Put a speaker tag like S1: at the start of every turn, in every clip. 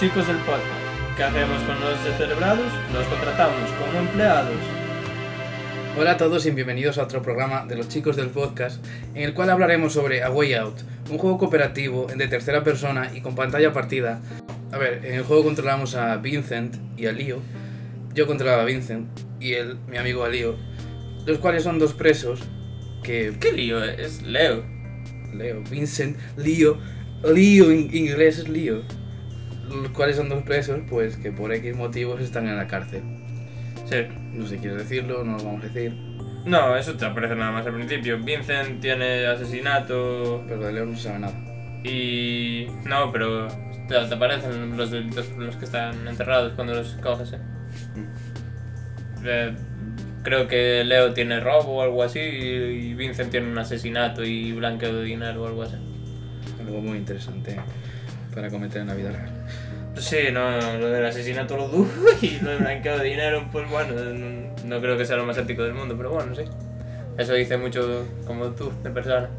S1: chicos del podcast. ¿Qué hacemos con los descerebrados? Los contratamos como empleados.
S2: Hola a todos y bienvenidos a otro programa de los chicos del podcast, en el cual hablaremos sobre A Way Out, un juego cooperativo de tercera persona y con pantalla partida. A ver, en el juego controlamos a Vincent y a Leo. Yo controlaba a Vincent y él, mi amigo a Leo, los cuales son dos presos que
S3: ¿Qué lío? Es Leo.
S2: Leo, Vincent, Leo, Leo en inglés es Leo. Los cuales son dos presos, pues que por X motivos están en la cárcel.
S3: Sí.
S2: No sé, quieres decirlo, no lo vamos a decir.
S3: No, eso te aparece nada más al principio. Vincent tiene asesinato
S2: Pero de Leo no se sabe nada.
S3: y... No, pero te, te aparecen los delitos por los que están enterrados cuando los coges, ¿eh?
S1: Mm.
S3: Eh, creo que Leo tiene robo o algo así y Vincent tiene un asesinato y blanqueo de dinero o algo así.
S2: Algo muy interesante para cometer en la vida real.
S3: Sí, no, lo del asesinato lo dudo y lo del blanqueo de dinero, pues bueno, no, no creo que sea lo más ético del mundo, pero bueno, sí. Eso dice mucho como tú, de persona.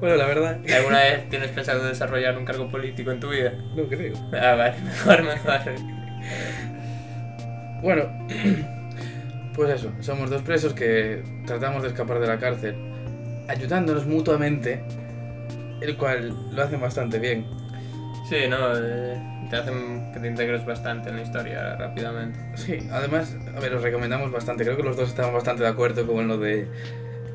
S2: Bueno, la verdad,
S3: ¿Y ¿Alguna vez tienes pensado desarrollar un cargo político en tu vida?
S2: no creo.
S3: Ah, vale, mejor, mejor.
S2: Bueno, pues eso, somos dos presos que tratamos de escapar de la cárcel, ayudándonos mutuamente, el cual lo hacen bastante bien.
S3: Sí, no, eh, te hacen que te integres bastante en la historia rápidamente.
S2: Sí, además, a ver, os recomendamos bastante, creo que los dos estamos bastante de acuerdo como en lo de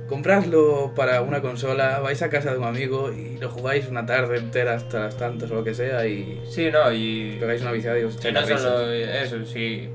S2: compradlo para una consola, vais a casa de un amigo y lo jugáis una tarde entera hasta las tantas o lo que sea y
S3: Sí, no, y...
S2: pegáis una viciada y os
S3: Sí,
S2: echáis
S3: no
S2: las risas.
S3: solo eso, sí.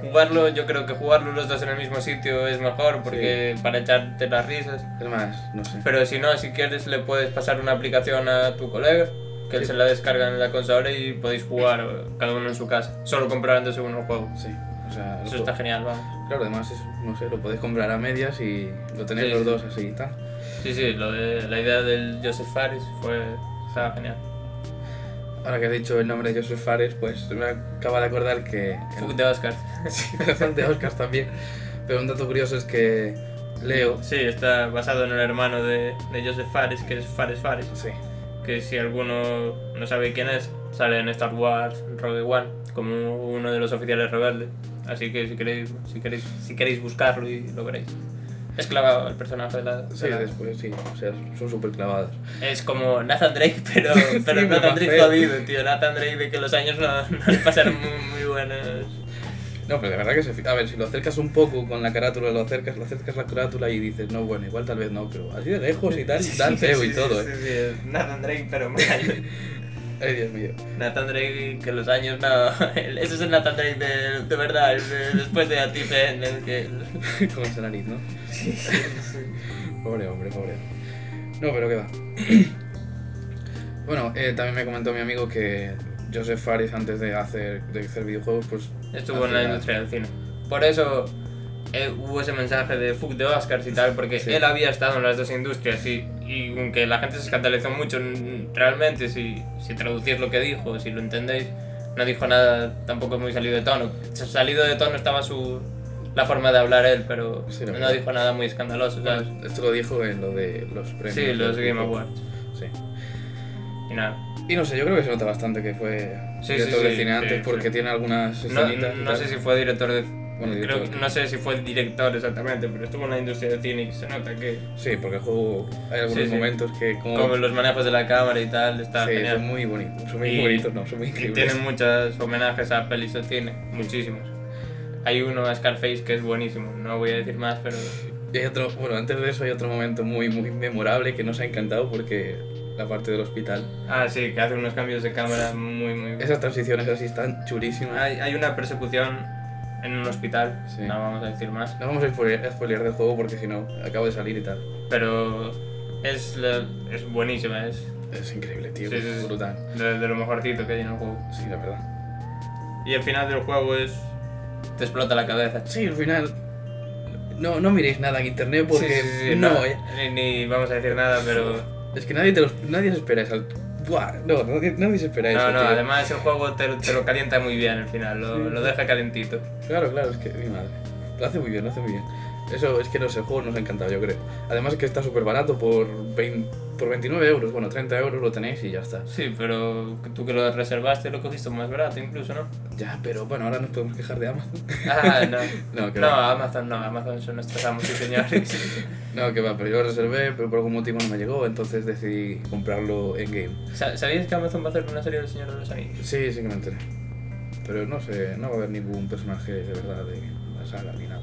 S3: Jugarlo, yo creo que jugarlo los dos en el mismo sitio es mejor porque para echarte las risas.
S2: Es más, no sé.
S3: Pero si no, si quieres, le puedes pasar una aplicación a tu colega, que él
S2: Sí.
S3: se la descarga en la consola y podéis jugar eh, cada uno en su casa, solo comparándose uno el juego.
S2: Sí, o sea,
S3: Eso
S2: lo-
S3: está genial, vamos.
S2: Claro, además, es- no sé, lo podéis comprar a medias y lo tenéis
S3: Sí,
S2: los
S3: sí.
S2: dos así y tal.
S3: Sí, sí, lo de, la idea del Joseph Fares fue. estaba genial.
S2: Ahora que he dicho el nombre de Joseph Fares, pues me acaba de acordar que...
S3: Fuck de Oscar.
S2: Sí, bastante Oscars también. Pero un dato curioso es que Leo...
S3: Sí, está basado en el hermano de, de Joseph Fares, que es Fares Fares.
S2: Sí,
S3: que si alguno no sabe quién es, sale en Star Wars Rogue One como uno de los oficiales rebeldes. Así que si queréis, si queréis, si queréis buscarlo y lo veréis. Es clavado el personaje de la... de
S2: sí,
S3: la-
S2: después sí, o sea, son súper clavados.
S3: Es como Nathan Drake, pero,
S2: Sí,
S3: pero
S2: pero
S3: Nathan
S2: más
S3: Drake
S2: feo.
S3: jodido, tío. Nathan Drake de que los años no, no le pasaron muy, muy buenos.
S2: No, pero de verdad que se... fi- A ver, si lo acercas un poco con la carátula, lo acercas, lo acercas la carátula y dices, no, bueno, igual tal vez no, pero así de lejos y tal, tan feo y todo,
S3: Sí,
S2: ¿eh?
S3: sí, es Nathan Drake, pero mal.
S2: Ay, Dios mío.
S3: Nathan Drake, que los años no. Ese es el Nathan Drake de, de verdad, el de- después de a ti, el que.
S2: con esa nariz, ¿no? Pobre hombre, pobre. No, pero qué va. bueno, eh, también me comentó mi amigo que Joseph Fares antes de hacer, de hacer videojuegos, pues...
S3: Estuvo en
S2: hacía-
S3: la industria del cine. Por eso eh, hubo ese mensaje de fuck de Oscars y tal, porque
S2: Sí.
S3: él había estado en las dos industrias y, y aunque la gente se escandalizó mucho, n- realmente, si, si traducís lo que dijo, si lo entendéis, no dijo nada tampoco muy salido de tono. Salido de tono estaba su la forma de hablar él, pero
S2: Sí, la
S3: no
S2: verdad.
S3: dijo nada muy escandaloso, ¿sabes?
S2: Bueno, esto lo dijo en lo de los premios.
S3: Sí, los
S2: de-
S3: Game Awards.
S2: Sí.
S3: Y nada.
S2: Y no sé, yo creo que se nota bastante que fue
S3: Sí,
S2: director
S3: sí,
S2: de
S3: sí,
S2: cine antes
S3: sí,
S2: porque
S3: sí.
S2: tiene algunas
S3: No,
S2: escenitas. y
S3: no
S2: tal.
S3: sé si fue director de. creo
S2: Bueno, director.
S3: que- no sé si fue director exactamente, pero estuvo en la industria del cine y se nota que.
S2: Sí, porque el juego hay algunos
S3: Sí, sí.
S2: momentos que como...
S3: Como los manejos de la cámara y tal, está
S2: sí, son
S3: genial.
S2: muy bonitos. Son muy
S3: Y-
S2: bonitos, no, son muy
S3: Y
S2: increíbles.
S3: tienen muchos homenajes a pelis de cine, muchísimos. Hay uno a Scarface que es buenísimo, no voy a decir más, pero.
S2: Y hay otro, bueno, antes de eso hay otro momento muy, muy memorable que nos ha encantado porque la parte del hospital.
S3: Ah, sí, que hace unos cambios de cámara muy, muy.
S2: Esas transiciones así están chulísimas.
S3: Hay, hay una persecución en un hospital,
S2: Sí.
S3: no vamos a decir más,
S2: No vamos a spoilear, a spoilear del juego porque si no, acabo de salir y tal.
S3: pero es, la- es buenísima, es
S2: Es increíble, tío.
S3: Sí, sí, sí.
S2: brutal.
S3: de, de lo mejorcito que hay en el juego.
S2: Sí, la verdad.
S3: Y el final del juego es. te explota la cabeza.
S2: Sí, al final. No, no miréis nada en internet porque
S3: Sí, sí, sí,
S2: no,
S3: nada.
S2: eh.
S3: Ni- ni vamos a decir nada, pero.
S2: Es que nadie, te los, nadie se espera eso. Buah, no, nadie, nadie se espera eso.
S3: No, no,
S2: tío.
S3: además el juego te, te lo calienta muy bien al final, lo,
S2: Sí.
S3: lo deja calentito.
S2: Claro, claro, es que mi madre. Lo hace muy bien, lo hace muy bien. Eso es que no sé, el juego nos ha encantado, yo creo. Además que está súper barato, por, 20 por 29 euros, bueno, 30 euros lo tenéis y ya está.
S3: Sí, pero tú que lo reservaste lo cogiste más barato incluso, ¿no?
S2: Ya, pero bueno, ahora nos podemos quejar de Amazon.
S3: Ah, no.
S2: No, que
S3: No,
S2: va.
S3: Amazon no, Amazon son nuestros amos y señores.
S2: No, que va, pero yo lo reservé, pero por algún motivo no me llegó, entonces decidí comprarlo en game.
S3: Sa- ¿Sabías que Amazon va a hacer una serie del Señor de los Anillos?
S2: Sí, sí que me enteré. Pero no sé, no va a haber ningún personaje de verdad de la saga ni nada.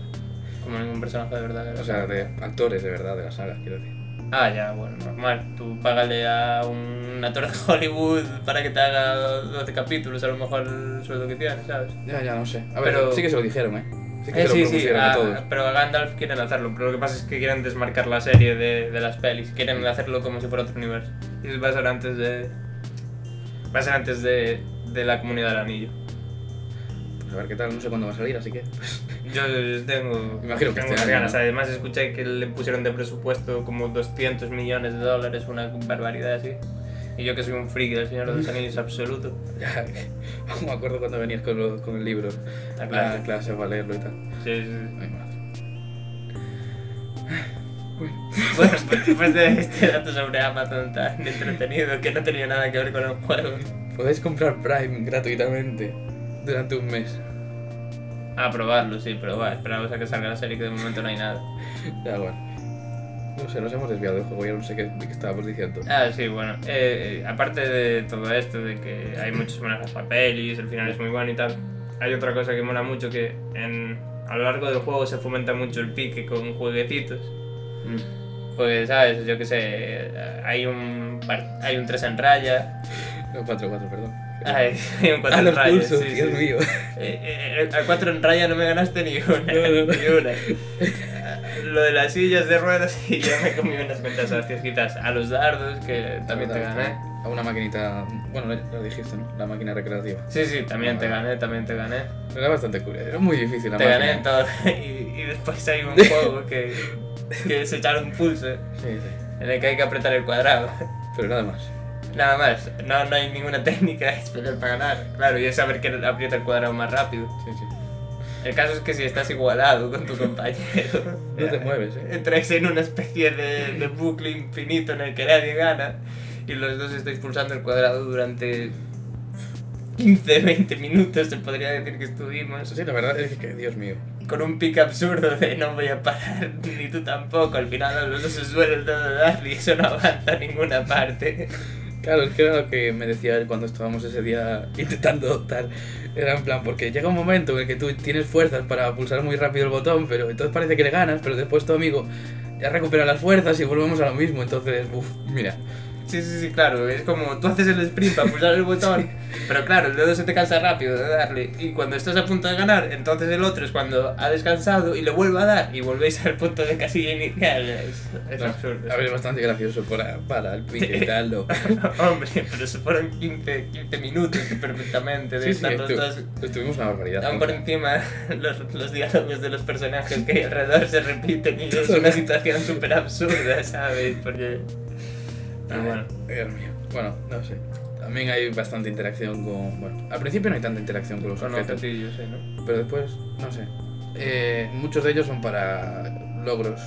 S3: Como ningún personaje de verdad.
S2: O sea, de actores de verdad de la saga, quiero decir.
S3: Ah, ya, bueno, normal. Tú págale a un actor de Hollywood para que te haga 12 capítulos, a lo mejor el sueldo que tienes, ¿sabes?
S2: Ya, ya, no sé. A ver,
S3: Pero-
S2: sí que se lo dijeron, ¿eh? Sí
S3: Eh,
S2: que se lo
S3: sí, sí,
S2: propusieron a
S3: a-
S2: todos.
S3: pero a Gandalf quieren hacerlo, pero lo que pasa es que quieren desmarcar la serie de, de las pelis,
S2: Mm.
S3: quieren hacerlo como si fuera otro universo. Y eso va a ser antes de. Va a ser antes de, de la comunidad del anillo.
S2: Pues a ver qué tal, no sé cuándo va a salir, así que...
S3: Yo tengo,
S2: Imagino
S3: tengo
S2: que este
S3: unas
S2: año,
S3: ganas.
S2: ¿no?
S3: Además, escuché que le pusieron de presupuesto como 200 millones de dólares, una barbaridad así. Y yo que soy un friki del Señor de los Anillos absoluto.
S2: Ya, aún me acuerdo cuando venías con, lo- con el libro a
S3: La
S2: la
S3: clase.
S2: clase para leerlo y tal.
S3: Sí, sí, sí.
S2: Ay, madre.
S3: Bueno, pues después de este dato sobre Amazon tan entretenido que no tenía nada que ver con el juego.
S2: Podéis comprar Prime gratuitamente durante un mes.
S3: A probarlo, sí, pero va, esperamos a que salga la serie que de momento no hay nada.
S2: Ya, bueno. No sé, nos hemos desviado del juego, ya no sé qué, de qué estábamos diciendo.
S3: Ah, sí, bueno. eh, eh, aparte de todo esto, de que hay muchos homenajes a pelis, el final es muy bueno y tal, hay otra cosa que mola mucho que en, a lo largo del juego se fomenta mucho el pique con jueguecitos. Pues, ¿sabes? Yo qué sé, hay un, par- hay un 3 en raya,
S2: No, 4-4, perdón.
S3: hay, hay un 4
S2: ah,
S3: en
S2: los
S3: raya.
S2: pulsos,
S3: sí,
S2: Dios
S3: sí.
S2: mío.
S3: Eh, eh, eh, a cuatro en raya no me ganaste ni una.
S2: No, no, no.
S3: Ni una. Eh, Lo de las sillas de ruedas y ya me comí unas cuantas hostias quitas. A los dardos, que también te gané.
S2: A una maquinita, bueno, lo lo dijiste, ¿no? La máquina recreativa.
S3: Sí, sí, también te gané, también te gané.
S2: Era bastante curioso, era muy difícil la
S3: Te
S2: máquina.
S3: gané en todo. Y, y después hay un juego que, que es echar un pulso
S2: Sí, sí.
S3: en el que hay que apretar el cuadrado.
S2: Pero nada más.
S3: Nada más, no, no hay ninguna técnica especial para ganar. Claro, y es saber que aprieta el cuadrado más rápido.
S2: Sí, sí.
S3: El caso es que si estás igualado con tu compañero,
S2: No te mueves, ¿eh?
S3: entráis en una especie de, de bucle infinito en el que nadie gana y los dos estáis pulsando el cuadrado durante 15, 20 minutos, se podría decir que estuvimos,
S2: Eso sí, la verdad es que, Dios mío.
S3: con un pique absurdo de no voy a parar, ni tú tampoco, al final los dos se suelen dar y eso no avanza a ninguna parte.
S2: Claro, es que era lo que me decía él cuando estábamos ese día intentando optar. Era en plan, porque llega un momento en el que tú tienes fuerzas para pulsar muy rápido el botón, pero entonces parece que le ganas, pero después tu amigo ya recupera las fuerzas y volvemos a lo mismo. Entonces, uff, mira.
S3: Sí, sí, sí, claro, es como tú haces el sprint para pulsar el botón, pero claro, el dedo se te cansa rápido de darle y cuando estás a punto de ganar, entonces el otro es cuando ha descansado y le vuelve a dar y volvéis al punto de casilla inicial. Es, es
S2: No,
S3: absurdo.
S2: A ver, es bastante gracioso para, para el pique y tal. lo-
S3: Hombre, pero se fueron 15, 15 minutos perfectamente de
S2: Sí, sí,
S3: estar los
S2: estu-
S3: dos
S2: estuvimos una barbaridad.
S3: Aún
S2: ¿no?
S3: por encima, los, los diálogos de los personajes que hay alrededor se repiten y es una situación súper absurda, ¿sabes? Porque... Pero bueno.
S2: Dios mío. Bueno, no sé. También hay bastante interacción con. Bueno, al principio no hay tanta interacción con los
S3: Son
S2: objetos.
S3: objetillos, ¿eh? ¿no?
S2: Pero después, no sé. Eh, muchos de ellos son para logros,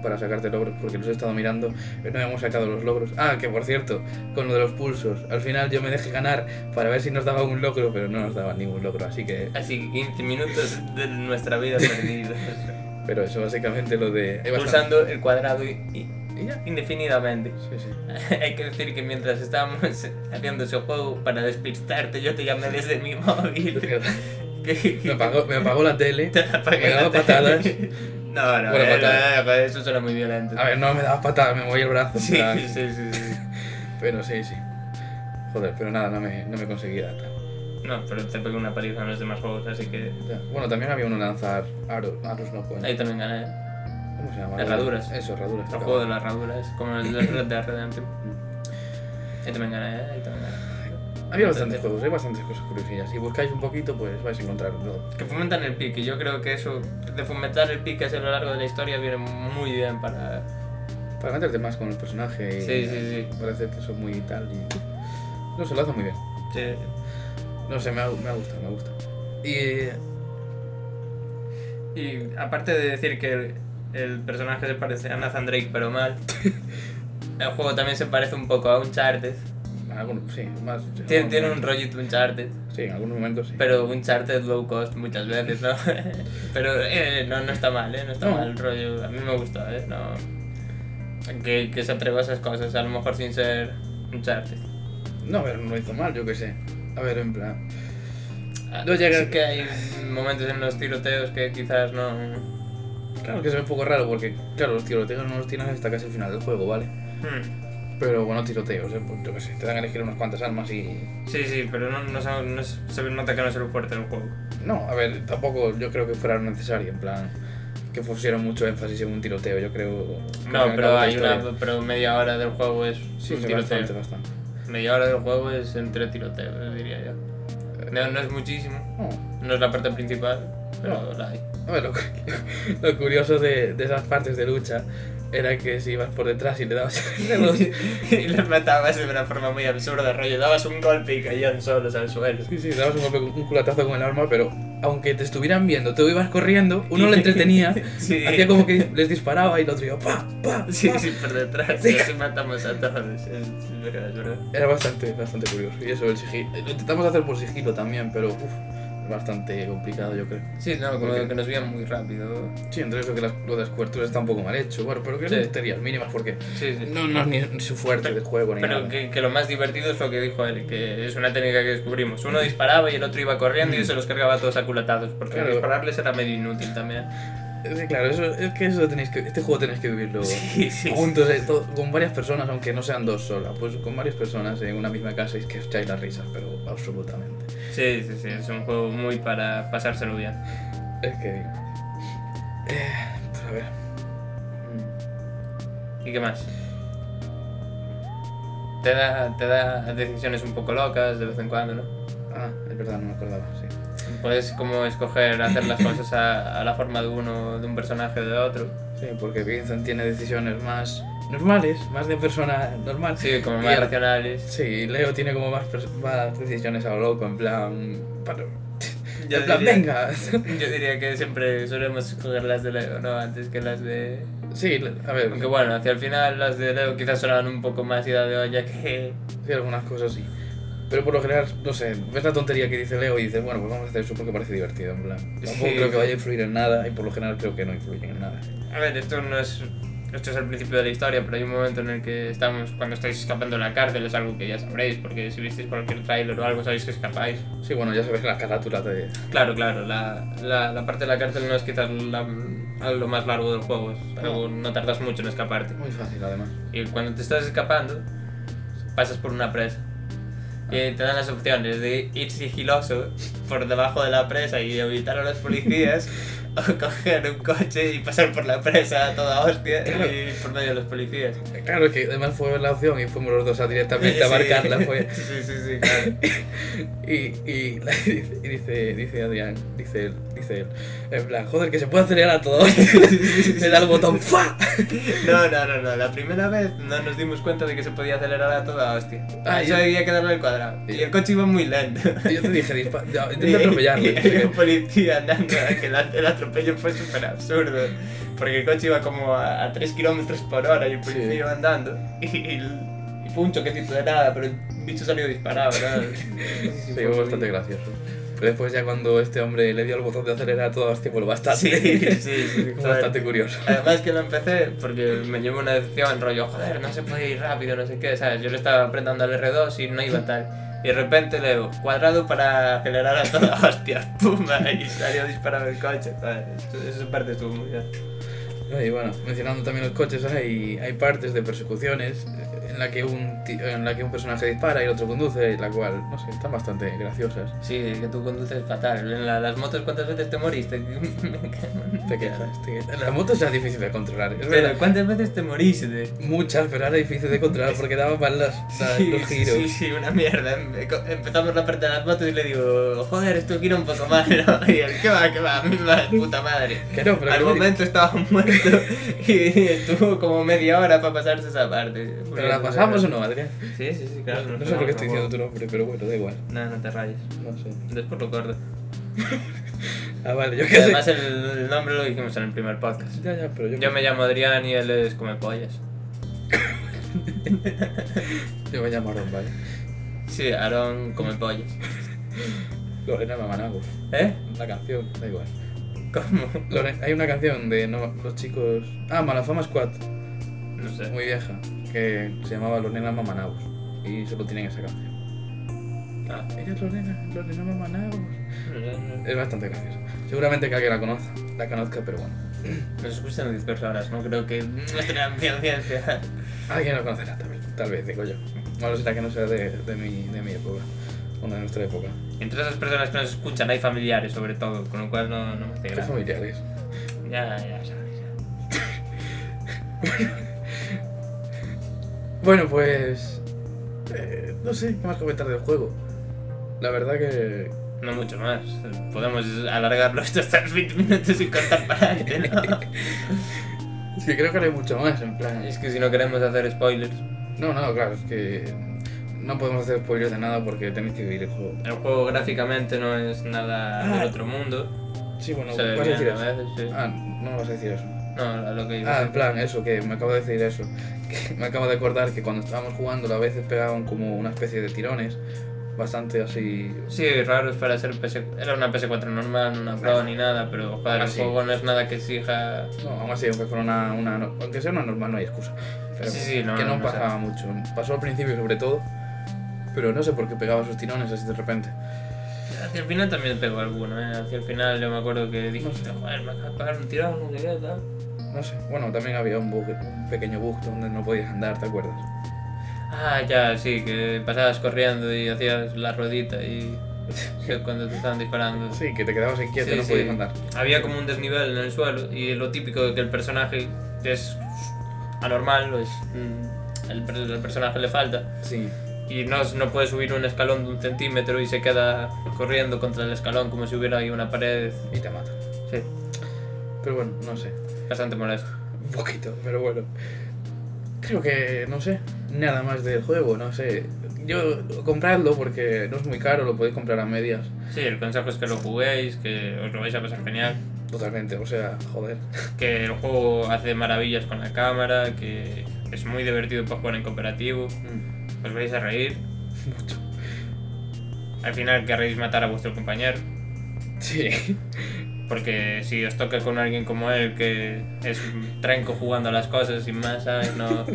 S2: para sacarte logros, porque los he estado mirando, pero no hemos sacado los logros. Ah, que por cierto, con lo de los pulsos, al final yo me dejé ganar para ver si nos daba un logro, pero no nos daba ningún logro, así que...
S3: Así que 15 minutos de nuestra vida perdida.
S2: Pero eso básicamente lo de... hay bastante-
S3: Pulsando el cuadrado i- i-
S2: Y ya.
S3: indefinidamente.
S2: Sí, sí.
S3: Hay que decir que mientras estábamos haciendo ese juego para despistarte, yo te llamé desde mi
S2: Es
S3: móvil.
S2: verdad.
S3: Que-
S2: Me apagó, me apagó la tele.
S3: te la pagué.
S2: Me daba patadas.
S3: No, no,
S2: Bueno,
S3: eh,
S2: patadas.
S3: no, eso suena muy violento.
S2: A ver, no me daba patada, me moví el brazo. en
S3: Sí,
S2: plan,
S3: sí, sí, sí.
S2: Pero sí, sí. Joder, pero nada, no me, no me conseguí dar.
S3: No, pero te pegué una paliza en los demás juegos, así que
S2: Ya. Bueno, también había uno lanzar aros, aros no cuenta.
S3: ahí también gané.
S2: ¿Cómo se llama?
S3: Herraduras.
S2: Eso, herraduras.
S3: El juego de las herraduras, como el de Red Dead Redemption. Ahí también gané, ahí también gané.
S2: Había bastantes juegos, hay bastantes cosas curiosillas. Si buscáis un poquito, pues vais a encontrar todo.
S3: Que fomentan el pique, yo creo que eso, de fomentar el pique a lo largo de la historia, viene muy bien para...
S2: Para meterte más con el personaje. y-
S3: Sí, sí, sí.
S2: Parece que son muy tal y. No se lo hace muy bien.
S3: Sí.
S2: No sé, me ha, me ha gustado, me gusta. Y.
S3: Y aparte de decir que El personaje se parece a Nathan Drake, pero mal. El juego también se parece un poco a Uncharted.
S2: En algunos- sí, más. en
S3: Tiene,
S2: algunos
S3: tiene un
S2: momentos.
S3: rollito Uncharted.
S2: Sí, en algunos momentos sí.
S3: Pero Uncharted low cost muchas veces, ¿no? pero eh, no, no está mal, ¿eh? No está
S2: No.
S3: mal el rollo. A mí me gusta, ¿eh? No... Que, que se atreva a esas cosas, a lo mejor sin ser Uncharted.
S2: No, pero no lo hizo mal, yo qué sé. A ver, en plan.
S3: Ah,
S2: No llega-
S3: Sí que hay momentos en los tiroteos que quizás no...
S2: Claro que se ve un poco raro porque, claro, los tiroteos no los tienes hasta casi el final del juego, ¿vale?
S3: Hmm.
S2: Pero bueno, tiroteos, ¿eh? Pues yo qué sé, te dan a elegir unas cuantas armas y.
S3: Sí, sí, pero no, no, sabe- no es- se nota que no es el fuerte del juego.
S2: No, a ver, tampoco yo creo que fuera necesario, en plan. Que pusieron mucho énfasis en un tiroteo, yo creo.
S3: No, pero hay
S2: una
S3: una, pero media hora del juego es
S2: Sí,
S3: un
S2: sí,
S3: tiroteo.
S2: bastante, bastante.
S3: Media hora del juego es entre tiroteos, eh, diría yo. No, no es muchísimo,
S2: No,
S3: no es la parte principal, pero
S2: No.
S3: la hay.
S2: Oh, a ver, lo, cu- lo curioso de, de esas partes de lucha era que si ibas por detrás y le dabas Sí,
S3: y los matabas de una forma muy absurda, rollo. Dabas un golpe y caían solos al suelo.
S2: sí, dabas un, golpe, un culatazo con el arma, pero aunque te estuvieran viendo, tú ibas corriendo, uno le entretenía,
S3: Sí.
S2: hacía como que les disparaba y el otro iba pa, pa, pa.
S3: Sí, sí, por detrás,
S2: Sí.
S3: y así matamos a todos. Es, es verdad, es verdad.
S2: Era bastante, bastante curioso. Y eso, el sigilo. Lo intentamos hacer por sigilo también, pero uf, es bastante complicado, yo creo.
S3: Sí, no, como que nos veían muy rápido.
S2: Sí, entre eso que las, lo de las coberturas está un poco mal hecho, bueno, pero que son
S3: Sí.
S2: tonterías mínimas porque
S3: Sí, sí.
S2: no, no es ni- ni su fuerte del juego ni
S3: Pero
S2: nada.
S3: que, que lo más divertido es lo que dijo él, que es una técnica que descubrimos. Uno disparaba y el otro iba corriendo y se los cargaba todos aculatados, porque
S2: Claro.
S3: dispararles era medio inútil también.
S2: Sí, claro, eso, es que eso tenéis que, este juego tenéis que vivirlo
S3: Sí, sí.
S2: juntos, eh, todo- con varias personas, aunque no sean dos solas, pues con varias personas en una misma casa y es que os echáis las risas, pero absolutamente.
S3: Sí, sí, sí, es un juego muy para pasárselo bien.
S2: Es que... eh, pues a ver. Mm,
S3: ¿Y qué más? Te da, te da decisiones un poco locas de vez en cuando, ¿no?
S2: Ah, es verdad, no me acordaba, sí.
S3: Puedes como escoger hacer las cosas a, a la forma de uno, de un personaje o de otro.
S2: Sí, porque Vincent tiene decisiones más normales, más de persona normal.
S3: Sí, como
S2: Y
S3: más
S2: a-
S3: racionales.
S2: Sí, Leo tiene como más, pers- más decisiones a lo loco, en plan... para-
S3: Yo
S2: en plan,
S3: diría-
S2: venga.
S3: Yo diría que siempre solemos escoger las de Leo, ¿no? Antes que las de...
S2: sí, a ver,
S3: Aunque bueno, hacia el final las de Leo quizás sonaban un poco más ida de olla que...
S2: Sí, algunas cosas sí. Pero por lo general, no sé, ves la tontería que dice Leo y dices, bueno, pues vamos a hacer eso porque parece divertido, en plan. Tampoco
S3: Sí.
S2: creo que vaya a influir en nada y por lo general creo que no influye en nada.
S3: A ver, esto no es... Esto es el principio de la historia, pero hay un momento en el que estamos, cuando estáis escapando de la cárcel, es algo que ya sabréis, porque si visteis cualquier tráiler o algo sabéis que escapáis.
S2: Sí, bueno, ya sabes las carátulas de...
S3: Claro, claro, la, la, la parte de la cárcel no es quizás la- lo más largo del juego, es algo- no tardas mucho en escaparte.
S2: Muy fácil, además.
S3: Y cuando te estás escapando, pasas por una presa. Y te dan las opciones de ir sigiloso por debajo de la presa y evitar a los policías, o coger un coche y pasar por la presa a toda hostia y por medio de los policías.
S2: Claro que además fue la opción y fuimos los dos a directamente a
S3: Sí.
S2: marcarla, fue...
S3: Sí, sí, sí, claro.
S2: Y, y, la- y dice, dice Adrián, dice él, dice él, en plan, joder, que se puede acelerar a todo. Le da el botón, ¡fa!
S3: No, no, no, no, la primera vez no nos dimos cuenta de que se podía acelerar a toda hostia.
S2: Ah,
S3: Eso
S2: yo-
S3: había que darle al cuadrado. Y el coche iba muy lento.
S2: Y yo te dije, "Dispa- ya,
S3: Y-
S2: intenta atropellarle.
S3: y
S2: no sé
S3: había
S2: qué.
S3: un policía andando, que el, el atropello fue súper absurdo. Porque el coche iba como a, a 3 kilómetros por hora y el policía
S2: Sí.
S3: iba andando. Y, y- y fue un choquecito de nada, pero el bicho salió disparado, ¿no?
S2: Sí,
S3: fue
S2: fue bastante
S3: muy-
S2: gracioso. Pero después ya cuando este hombre le dio el botón de acelerar todo hostia, pues bastante.
S3: Sí, sí, sí.
S2: Fue
S3: joder.
S2: bastante curioso.
S3: Además que lo empecé porque me llevo una decepción, rollo, joder, no se puede ir rápido, no sé qué, ¿sabes? Yo le estaba apretando al R2 y no iba tal. Y de repente leo, cuadrado para acelerar a toda hostia, puma, y salió disparado el coche, joder, esto- Esa parte estuvo muy bien.
S2: Y bueno, mencionando también los coches, hay, hay partes de persecuciones en la, que un ti- en la que un personaje dispara y el otro conduce, y la cual, no sé, están bastante graciosas.
S3: Sí, que tú conduces fatal. En la- las motos, ¿cuántas veces te moriste? Me cago en-
S2: Te quejas, te quejas. La moto es la difícil de controlar, es
S3: Pero,
S2: verdad.
S3: ¿cuántas veces te moriste?
S2: Muchas, pero era difícil de controlar porque daba mal los, la- los
S3: sí,
S2: giros.
S3: sí, sí, una mierda. Empe- Empezamos la parte de las motos y le digo, joder, esto gira un poco mal. ¿no? Y él, ¿qué va, qué va? Mi madre, puta madre.
S2: Que no, pero
S3: Al
S2: que-
S3: momento estaba muerto y estuvo como media hora para pasarse esa parte.
S2: ¿Pero la pasamos o no, Adrián?
S3: Sí, sí, sí, claro.
S2: No sé por qué estoy diciendo tu nombre, pero bueno, da igual.
S3: No, no te rayes.
S2: No sé.
S3: Después lo corto.
S2: Ah, vale, yo
S3: Y
S2: qué sé.
S3: además el nombre lo dijimos en el primer podcast.
S2: Ya, ya, pero yo,
S3: Yo me llamo Adrián y él es come pollas.
S2: yo me llamo Aarón, ¿vale?
S3: Sí, Aarón come pollas.
S2: Lorena Mamanago,
S3: ¿Eh?
S2: la canción, da igual.
S3: ¿Cómo?
S2: Lorena, hay una canción de no, los chicos. Ah, Malafama Squad,
S3: No sé.
S2: muy vieja, que se llamaba Lorena Mamanagos. Y solo tienen esa canción.
S3: Ah,
S2: Ella es Lorena, Lorena Mamanagos.
S3: no, no.
S2: Es bastante graciosa. Seguramente que alguien la conozca, la conozca, pero bueno.
S3: Nos escuchan 10 personas, no creo que nuestra audiencia.
S2: Alguien Ah, lo conocerá, tal vez, tal vez digo yo. Malo será que no sea de, de, mi, de mi época, o de nuestra época.
S3: Entre esas personas que nos escuchan hay familiares, sobre todo, con lo cual no, no me hace
S2: Qué
S3: gracia.
S2: familiares.
S3: Ya, ya sabes. ya.
S2: Bueno, pues. eh, no sé qué más comentar del juego. La verdad que.
S3: No mucho más. Podemos alargarlo esto hasta los 20 minutos y cortar para adelante, ¿no?
S2: Es que creo que no hay mucho más, en plan.
S3: Es que si no queremos hacer spoilers,
S2: No, no, claro, es que. No podemos hacer spoilers de nada porque tenéis que vivir el juego.
S3: el juego gráficamente no es nada del otro mundo.
S2: Sí, bueno,
S3: Se ve
S2: vas a
S3: bien
S2: decir
S3: a
S2: eso.
S3: veces, sí.
S2: Ah, no vas a decir eso.
S3: No, a lo que digo.
S2: Ah, en plan, eso, que me acabo de decir eso. Que me acabo de acordar que cuando estábamos jugando a veces pegaban como una especie de tirones. Bastante así.
S3: Sí, raros para ser PS4. Era una PS4 normal, no una Pro ni nada, pero joder,
S2: Ah,
S3: el
S2: sí.
S3: juego no es nada que exija.
S2: No, aún así, aunque fuera una, una no- aunque sea una normal, no hay excusa. Pero
S3: Sí, sí, no,
S2: que
S3: no
S2: no,
S3: sé.
S2: pasaba mucho. Pasó al principio sobre todo, pero no sé por qué pegaba sus tirones así de repente.
S3: Hacia el final también pegó alguno, ¿eh? Hacia el final yo me acuerdo que dije,
S2: No sé.
S3: joder, me acabas de pegar un tirón, no sé qué, tal.
S2: No sé. Bueno, también había un, bug, un pequeño bug donde no podías andar, ¿te acuerdas?
S3: Ah, ya, sí, que pasabas corriendo y hacías la ruedita y. que cuando te estaban disparando.
S2: Sí, que te quedabas inquieto
S3: Sí,
S2: y no
S3: sí.
S2: podías andar.
S3: Había como un desnivel en el suelo y lo típico de que el personaje es anormal, es. mm, El, per- el personaje le falta
S2: Sí.
S3: y no, no puede subir un escalón de un centímetro y se queda corriendo contra el escalón como si hubiera ahí una pared.
S2: Y te mata.
S3: Sí,
S2: Pero bueno, no sé.
S3: bastante molesto.
S2: Un poquito, pero bueno. Creo que, no sé, nada más del juego, no sé. Yo, compradlo porque no es muy caro, lo podéis comprar a medias.
S3: Sí, el consejo es que lo juguéis, que os lo vais a pasar genial.
S2: Totalmente, o sea, joder.
S3: que el juego hace maravillas con la cámara, que es muy divertido para jugar en cooperativo, os vais a reír,
S2: Mucho.
S3: al final querréis matar a vuestro compañero,
S2: Sí.
S3: porque si os toca con alguien como él que es un trenco jugando a las cosas sin más, ¿sabes? No...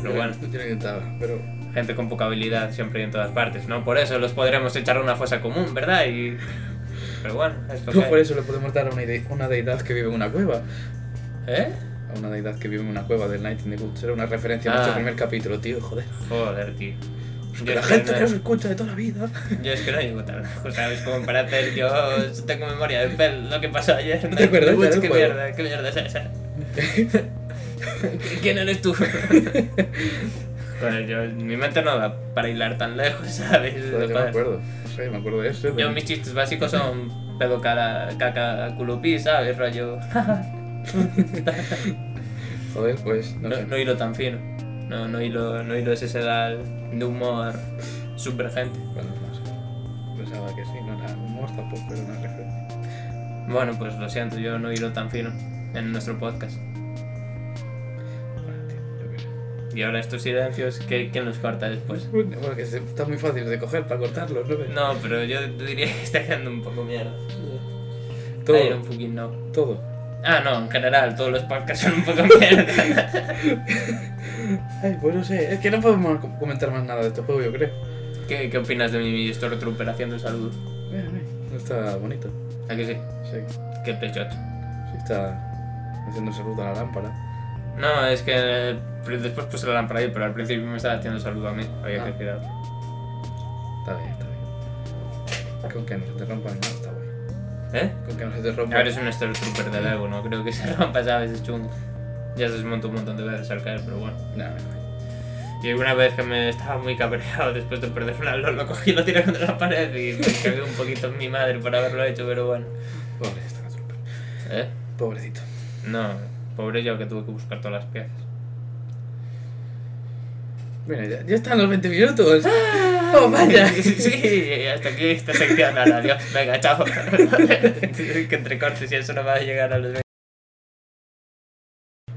S3: Pero bueno,
S2: Yo lo intentaba, pero.
S3: gente con poca habilidad siempre y en todas partes, ¿no? Por eso los podremos echar a una fosa común, ¿verdad? Y... Pero bueno, es lo que
S2: Por
S3: hay.
S2: eso le podemos dar a una, ide- una deidad que vive en una cueva.
S3: ¿Eh?
S2: A una deidad que vive en una cueva del Night in the Woods. Era una referencia a
S3: Ah.
S2: nuestro primer capítulo, tío, joder.
S3: Joder, tío.
S2: Que
S3: Yo
S2: Pues la
S3: es
S2: gente
S3: no-
S2: que nos escucha de toda la vida.
S3: Yo es que no llevo tan lejos, ¿sabes? Como para hacer yo tengo memoria de pel- lo que pasó ayer. Pues
S2: ¿No te acuerdas? Ya era el
S3: ¿Qué
S2: juego.
S3: mierda? ¿Qué mierda es esa? ¿Quién eres tú? Joder, yo, mi mente no da para hilar tan lejos, ¿sabes?
S2: Joder, yo me
S3: Joder.
S2: acuerdo. No sé, me acuerdo de eso.
S3: Yo,
S2: pero-
S3: mis chistes básicos son pedo cara, caca, culupí, ¿sabes? Rollo.
S2: Joder, pues no,
S3: No,
S2: sé.
S3: no hilo tan fino. No, no hilo, no hilo ese sedal de humor subvergente.
S2: Bueno, no sé. Pensaba que sí, no era humor tampoco, era una referencia.
S3: Bueno, pues lo siento, yo no hilo tan fino en nuestro podcast.
S2: Bueno, tío, yo qué sé.
S3: Y ahora estos silencios, ¿qué- ¿quién los corta después?
S2: Bueno, que se- está muy fácil de coger para cortarlos, ¿no?
S3: Pues, No, pero yo diría que está quedando un poco mierda. I don't
S2: Todo,
S3: fucking know.
S2: todo.
S3: Ah, no, en general, todos los podcasts son un poco mierda.
S2: Ay, pues no sé, es que no podemos com- comentar más nada de este juego, yo creo.
S3: ¿Qué, ¿Qué opinas de mi Stormtrooper haciendo salud?
S2: Mira, mira, No está bonito.
S3: ¿A que sí?
S2: Sí,
S3: Qué pechocho.
S2: sí está haciendo salud a la lámpara.
S3: No, es que eh, después puse la lámpara ahí, pero al principio me estaba haciendo salud a mí. Había que
S2: Ah.
S3: cuidar.
S2: Está bien, está bien. Con que no se te rompan, no está bien.
S3: ¿Eh?
S2: Con que no se te
S3: A ver,
S2: rompan.
S3: es un Stormtrooper de Lego, no creo que se rompa, ¿sabes? Es chungo. Ya se desmontó un montón de veces al caer, pero bueno.
S2: No, no, no.
S3: Y alguna vez que me estaba muy cabreado después de perder una LOL, lo cogí y lo tiré contra la pared y me cagué un poquito en mi madre por haberlo hecho, pero bueno.
S2: Pobre, está súper.
S3: ¿Eh?
S2: Pobrecito.
S3: No, pobre yo que tuve que buscar todas las piezas.
S2: Bueno, ya, ya están los 20 minutos.
S4: Ah.
S2: ¡Oh, vaya!
S3: Sí, hasta aquí esta sección. Nada, adiós. Venga, chao. que entre cortes y eso no va a llegar a los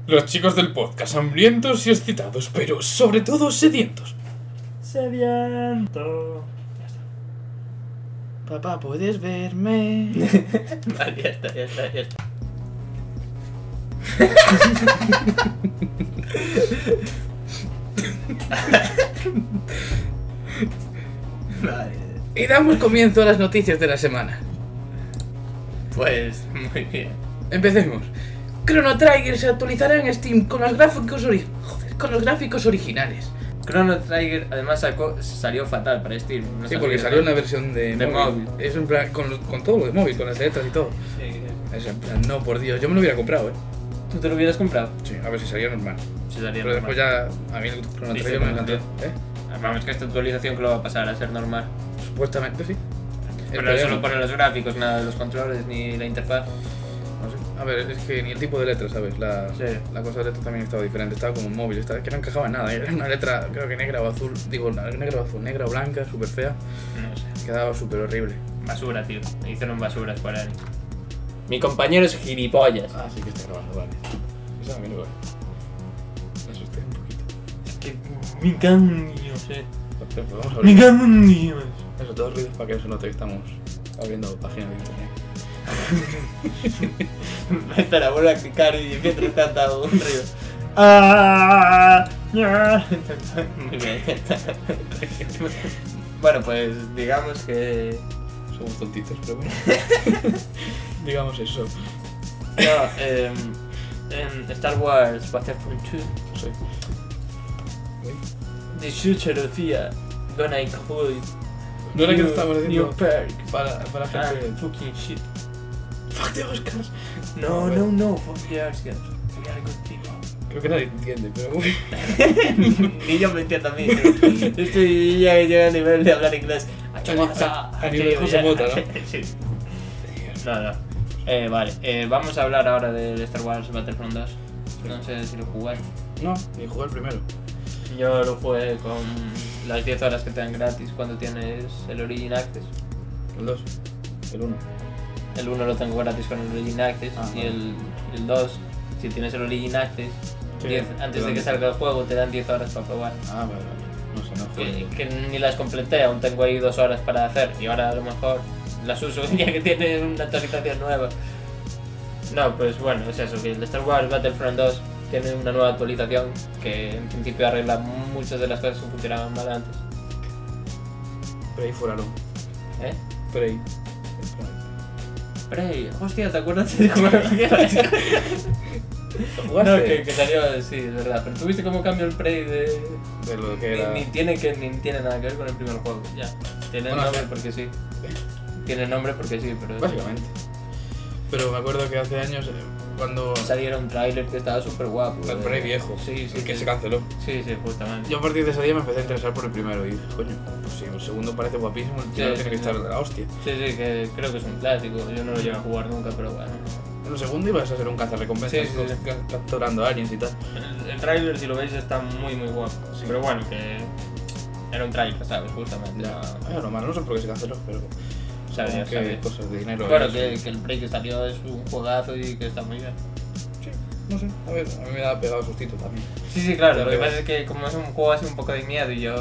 S4: Los chicos del podcast, hambrientos y excitados, pero sobre todo sedientos.
S1: Sediento.
S2: Papá, ¿puedes verme?
S3: Vale, ya está, ya está, ya está. vale.
S2: Y damos comienzo a las noticias de la semana.
S3: Pues, muy bien.
S2: Empecemos. Chrono Trigger se actualizará en Steam con los gráficos, ori- joder, con los gráficos originales.
S3: Chrono Trigger además sacó, salió fatal para Steam. No
S2: Sí, porque salió una versión de,
S3: De
S2: móvil.
S3: móvil.
S2: Es en plan, con, lo- con todo lo de móvil, con las letras y todo.
S1: Sí,
S2: Es en plan, no, por Dios, yo me lo hubiera comprado, eh.
S3: ¿Tú te lo hubieras comprado?
S2: Sí, a ver si salía normal.
S3: Sí, salía
S2: Pero después ya, a mí el Chrono
S3: Sí,
S2: Trigger
S3: sí,
S2: me encantó.
S3: normal.
S2: ¿Eh?
S3: Vamos, que esta actualización que lo va a pasar a ser normal.
S2: Supuestamente sí.
S3: Pero
S2: Esperemos.
S3: eso no pone los gráficos, nada de los controles ni la interfaz.
S2: No sé. A ver, es que ni el tipo de letra, ¿sabes? La,
S3: Sí.
S2: la cosa de letra también estaba diferente, estaba como un móvil, estaba, que no encajaba en nada. Era una letra, creo que negra o azul, digo, na- negra o azul, negra o blanca, súper fea,
S3: No sé.
S2: quedaba súper horrible.
S3: Basura, tío. Hicieron basuras para él. Mi compañero es gilipollas.
S2: Ah, sí que está grabando, vale. Esa a mí no va. Me asusté un poquito.
S3: Me cago en Dios, eh.
S2: Entonces, vamos a
S3: Me
S2: abrir.
S3: cago en Dios.
S2: Eso, todos ruidos para que no se note que estamos abriendo páginas de internet.
S3: Espera, vuelve a clicar y mientras tanto un río. Ah, ya. Muy bien. ya está. bueno, pues digamos que.
S2: Somos tontitos, pero bueno. Digamos eso.
S3: No, em, em, Star Wars Battlefront 2.
S2: Sí.
S3: The Future of Fear. Gonna include.
S2: No era que
S3: new-
S2: lo estábamos
S3: New
S2: haciendo
S3: perk.
S2: para, para gente.
S3: And fucking shit.
S2: Fuck de Oscars.
S3: No, no,
S2: Bueno.
S3: no, fuck the arts, guys. We are good people.
S2: Creo que nadie entiende, pero bueno.
S3: Ni yo me entiendo a mí. Estoy ya llega al nivel de hablar inglés.
S2: A ni- a- a nivel José Mota, ¿no?
S3: Sí. No, no. Eh, vale, eh, vamos a hablar ahora del Star Wars Battlefront 2. No sé si lo jugué.
S2: No, ni jugar primero.
S3: Yo lo jugué con las 10 horas que te dan gratis cuando tienes el Origin Access.
S2: El 2. El 1.
S3: El 1 lo tengo gratis con el Origin Access
S2: Ajá.
S3: y el, y el 2, si tienes el Origin Access,
S2: Sí,
S3: 10
S2: te
S3: antes
S2: dan
S3: de que
S2: 10
S3: salga el juego te dan 10 horas para probar.
S2: Ah, vale, vale. No sé, no
S3: que,
S2: juego.
S3: que ni las completé, aún tengo ahí dos horas para hacer y ahora a lo mejor las uso ya que tiene una actualización nueva. No, pues bueno, es eso, que el Star Wars Battlefront 2 tiene una nueva actualización que en principio arregla muchas de las cosas que funcionaban mal antes.
S2: Prey for Alone.
S3: ¿Eh?
S2: Prey.
S3: Prey, hostia, ¿te acuerdas de cómo lo No, que, que salió, sí, es verdad, pero tuviste cómo cambió el Prey de...
S2: De lo que era.
S3: Ni, ni tiene que, ni tiene nada que ver con el primer juego, ya. Tiene
S2: Bueno,
S3: nombre
S2: sí.
S3: porque sí. Tiene nombre porque sí, pero...
S2: Básicamente. Pero me acuerdo que hace años, eh, cuando.
S3: saliera un tráiler que estaba súper guapo. eh.
S2: El Prey viejo.
S3: Sí, sí.
S2: el que
S3: sí.
S2: se canceló.
S3: Sí, sí, justamente.
S2: Yo a partir de ese día me empecé a interesar por el primero. Y dije, coño, pues si el segundo parece guapísimo, el primero
S3: Sí,
S2: tiene que
S3: sí,
S2: estar
S3: sí.
S2: de la hostia.
S3: Sí, sí, que creo que es un clásico. Yo no lo llevo a jugar nunca, pero bueno.
S2: El segundo ibas a ser un cazarrecompensas,
S3: Sí, sí, sí.
S2: ca- capturando aliens y tal.
S3: El, el tráiler, si lo veis, está muy, muy guapo. Pero bueno, que era un tráiler, ¿sabes? Justamente.
S2: Ya,
S3: no-
S2: Ay, lo malo, no sé por qué se canceló, pero.
S3: Sabía,
S2: supongo que
S3: sabía.
S2: cosas de dinero.
S3: Claro,
S2: eh,
S3: que, que el break que salió es un juegazo y que está muy bien.
S2: Sí, no sé. A ver, a mí me da pegado sustito también.
S3: Sí, sí, claro. Lo que pasa es que como es un juego así un poco de miedo y yo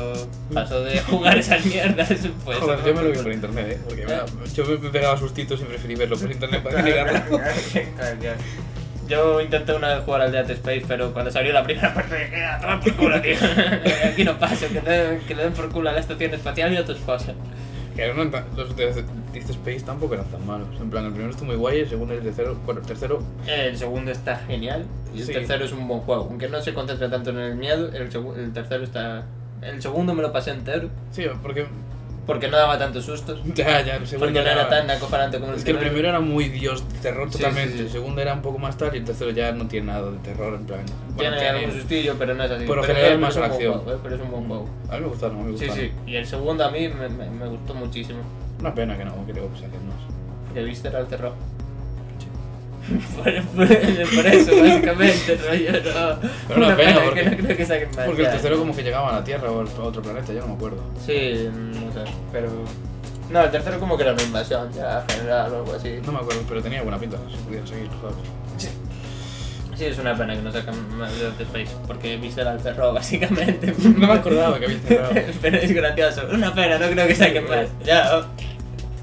S3: paso de jugar esas mierdas, pues...
S2: Mm. Joder,
S3: no
S2: yo me lo vi por internet, ¿eh? Porque me da- yo me me pegaba sustitos y preferí verlo por internet para negarlo.
S3: Claro, claro. Yo intenté una vez jugar al Dead Space, pero cuando salió la primera parte dije, "Ah, toma por culo, tío. Eh, Aquí no pasa, que, le- que le den por culo a la estación espacial y a tus cosas.
S2: Que eran una ta- los de Death Space tampoco eran tan malos. En plan, el primero estuvo muy guay, el segundo y el tercero. Bueno, el tercero.
S3: El segundo está genial y el
S2: Sí.
S3: tercero es un buen juego. Aunque no se concentra tanto en el miedo, el, segu- el tercero está... El segundo me lo pasé entero
S2: Sí, porque.
S3: porque no daba tantos sustos.
S2: Ya, ya, el segundo.
S3: Porque no era tan acojonante como el
S2: Es que el
S3: primero.
S2: primero era muy dios de terror
S3: Sí,
S2: totalmente.
S3: sí, sí.
S2: El segundo era un poco más tal y el tercero ya no tiene nada de terror. En plan. bueno,
S3: Tiene algún sustillo, pero no es así.
S2: por lo
S3: Pero
S2: general
S3: es
S2: más
S3: un buen
S2: acción.
S3: juego, eh, pero es un buen juego.
S2: A mí me gustaron, a mí me
S3: Sí,
S2: gustaron.
S3: sí. Y el segundo a mí me- me- me gustó muchísimo.
S2: Una pena que no, que tengo que sacar más.
S3: ¿Le viste al terror? Por, por- por eso, básicamente, rollo, no.
S2: Pero una pena,
S3: que
S2: porque-
S3: no creo que saquen más.
S2: Porque el
S3: ya.
S2: tercero como que llegaba a la Tierra o a otro planeta, yo no me acuerdo.
S3: Sí, no sé, pero. No, el tercero como que era una invasión ya general o algo así.
S2: No me acuerdo, pero tenía buena pinta, si pudieran seguir, ¿sabes?
S3: Sí, es una pena que no sacan más de Outer Space, porque viste al perro básicamente.
S2: No me acordaba que había cerrado.
S3: pero es gracioso. Una pena, no creo que saquen más. Ya, oh,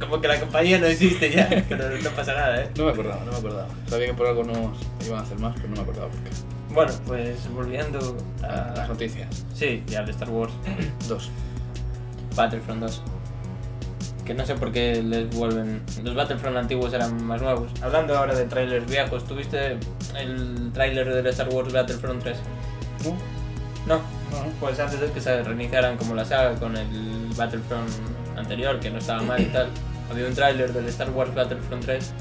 S3: como que la compañía no existe ya, pero no pasa nada, eh.
S2: No me acordaba, no me acordaba. Sabía que por algo no iban a hacer más, pero no me acordaba por qué.
S3: Bueno, pues volviendo
S2: Ah, Las
S3: a.
S2: noticias.
S3: Sí, ya de Star Wars.
S2: Dos.
S3: Battlefront 2. Que no sé por qué les vuelven. Los Battlefront antiguos eran más nuevos. Hablando ahora de trailers viejos, ¿tuviste el trailer del Star Wars Battlefront 3?
S2: No,
S3: No,
S2: no, no.
S3: pues antes de que se reiniciaran como la saga con el Battlefront anterior, que no estaba mal y tal, había un tráiler del Star Wars Battlefront 3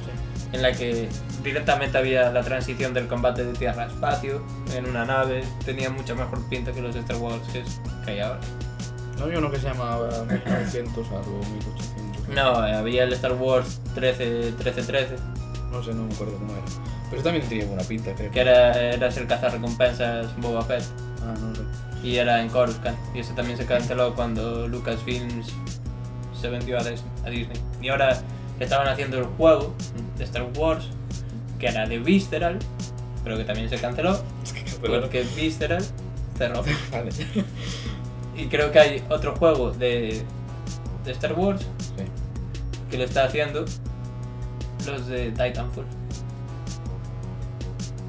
S3: en la que directamente había la transición del combate de tierra a espacio en una nave. Tenía mucha mejor pinta que los Star Wars que es- que hay ahora.
S2: No había uno que se llamaba 1900 algo, 1800.
S3: No, había el Star Wars 13 13, 13
S2: No sé, no me acuerdo cómo era. Pero también tenía buena pinta, creo.
S3: que era, era el cazarrecompensas Boba Fett,
S2: Ah, no sé.
S3: y era en Coruscant, y ese también se canceló cuando Lucasfilms se vendió a, Dis- a Disney. Y ahora estaban haciendo el juego de Star Wars, que era de Visceral, pero que también se canceló,
S2: Es que
S3: porque Visceral cerró.
S2: Pues Vale. Sí.
S3: Y creo que hay otro juego de, de Star Wars que lo está haciendo los de Titanfall.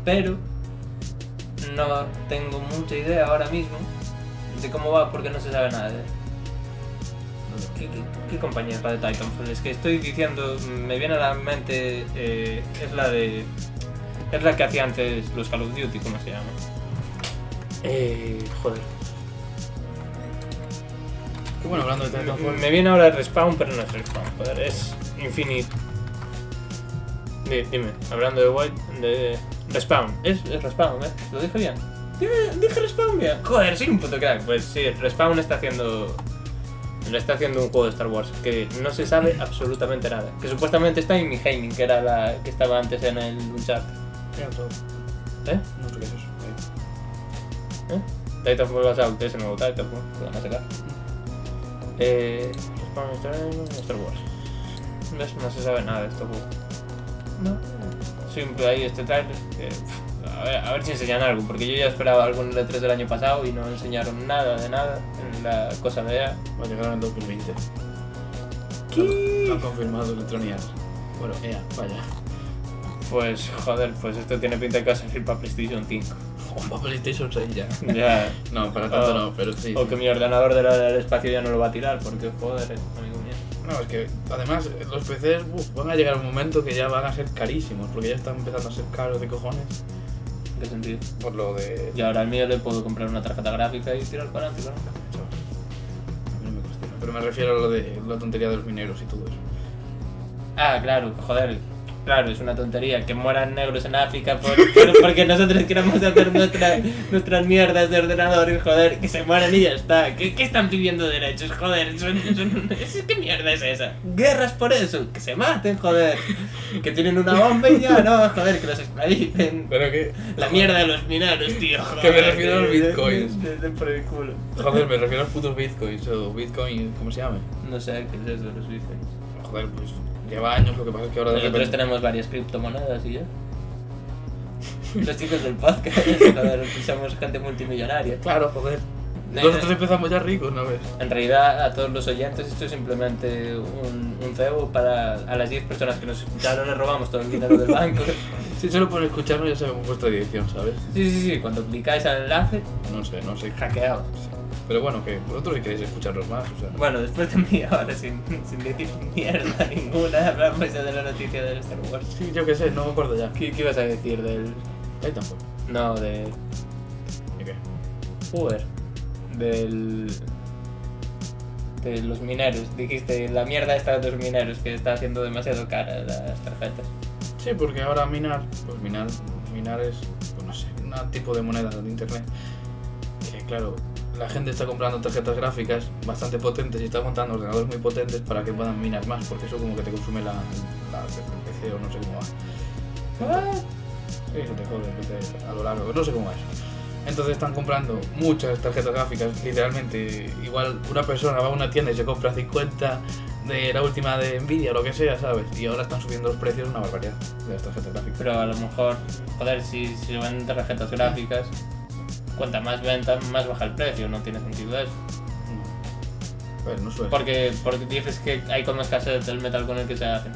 S3: Pero no tengo mucha idea ahora mismo de cómo va porque no se sabe nada de él. ¿Qué, qué, qué compañía es la de Titanfall? Es que estoy diciendo, me viene a la mente, eh, es la de... Es la que hacía antes los Call of Duty, ¿cómo se llama? Eh, joder.
S2: Qué bueno, hablando de tanto
S3: pues, Me viene ahora Respawn, pero no es Respawn, joder, es Infinite. Di- dime, hablando de White, de Respawn, es, es Respawn, ¿eh? Lo dije bien. Dime, Dije Respawn bien. Joder, soy un puto crack. Pues sí, Respawn está haciendo. Le está haciendo un juego de Star Wars que no se sabe absolutamente nada. Que supuestamente está Amy Heining, que era la que estaba antes en el Uncharted.
S2: Era todo.
S3: ¿Eh?
S2: No sé qué es eso. Ahí.
S3: ¿Eh? Titanfall Assault, ese nuevo Titanfall, que van a sacar. Eh, Spawn Storm, Star Wars. ¿Ves? No se sabe nada de esto. No. Siempre hay este trailer. que, pff, a, ver, a ver si enseñan algo, porque yo ya esperaba algo en el E3 del año pasado y no enseñaron nada de nada en la cosa de E EA.
S2: Va a llegar en el 2020. Han confirmado Electronic Arts. Bueno, ea, vaya.
S3: Pues joder, pues esto tiene pinta de que va a salir para PlayStation 5.
S2: O PlayStation 6 ya.
S3: Ya.
S2: No, para
S3: Oh.
S2: tanto no, pero sí.
S3: O que mi ordenador de la- del espacio ya no lo va a tirar, porque joder, eh, amigo mío.
S2: No, es que además los PCs uf, van a llegar un momento que ya van a ser carísimos, porque ya están empezando a ser caros de cojones
S3: ¿En qué sentido?
S2: por lo de...
S3: Y ahora al mío le puedo comprar una tarjeta gráfica y tirar para adelante, ¿no?
S2: A mí no me cuestiona, Pero me refiero a lo de la tontería de los mineros y todo eso.
S3: Ah, claro, joder. Claro, es una tontería que mueran negros en África por, por- porque nosotros queramos hacer nuestra- nuestras mierdas de ordenador y joder, que se mueran y ya está. ¿Qué, qué están pidiendo derechos? Joder, son- son- es- ¿qué mierda es esa? Guerras por eso, que se maten, joder. Que tienen una bomba y ya, no, joder, que los esclavicen.
S2: Pero que...
S3: La mierda de los mineros, tío. Joder,
S2: Que me refiero a los bitcoins.
S3: Desde por el culo.
S2: Joder, me refiero a los putos bitcoins o bitcoin, ¿cómo se llama?
S3: No sé qué es eso de los bitcoins.
S2: Joder, pues lleva años, lo que pasa es que ahora de
S3: Nosotros
S2: repente...
S3: tenemos varias criptomonedas y ya. Los chicos del podcast, joder, somos gente multimillonaria.
S2: Claro, joder.
S3: No,
S2: Nosotros
S3: no.
S2: empezamos ya ricos, ¿no ves?
S3: En realidad, a todos los oyentes, esto es simplemente un, un cebo para a las 10 personas que nos escucharon, les robamos todo el dinero del banco.
S2: Si solo por escucharnos ya sabemos vuestra dirección, ¿sabes?
S3: Sí, sí, sí, cuando clicáis al enlace,
S2: No sé, no sé.
S3: hackeados.
S2: Pero bueno, que vosotros si queréis escucharnos más, o sea...
S3: Bueno, después de mí, ahora sin, sin decir mierda ninguna, hablamos ya de la noticia del Star Wars.
S2: Sí, yo qué sé, no me acuerdo ya.
S3: ¿Qué, qué ibas a decir del.?
S2: Ahí tampoco.
S3: No, de.
S2: ¿Y qué?
S3: Uber del de los mineros dijiste la mierda esta de los mineros que está haciendo demasiado cara las tarjetas
S2: Sí, porque ahora minar, pues minar, minar es, pues no sé, un tipo de moneda de internet. Que claro, la gente está comprando tarjetas gráficas bastante potentes y está montando ordenadores muy potentes para que puedan minar más, porque eso como que te consume la, la, el PC o no sé cómo va. Sí, se te jode, se te- a lo largo, no sé cómo es. Entonces están comprando muchas tarjetas gráficas, literalmente. Igual una persona va a una tienda y se compra 50 de la última de Nvidia o lo que sea, ¿sabes? Y ahora están subiendo los precios una barbaridad de las tarjetas gráficas.
S3: Pero a lo mejor, joder, si, si venden tarjetas gráficas, cuanta más ventas, más baja el precio, no tiene sentido eso.
S2: No. A ver, Mm. no suele ser.
S3: Porque, porque dices que hay como escasez del metal con el que se hacen.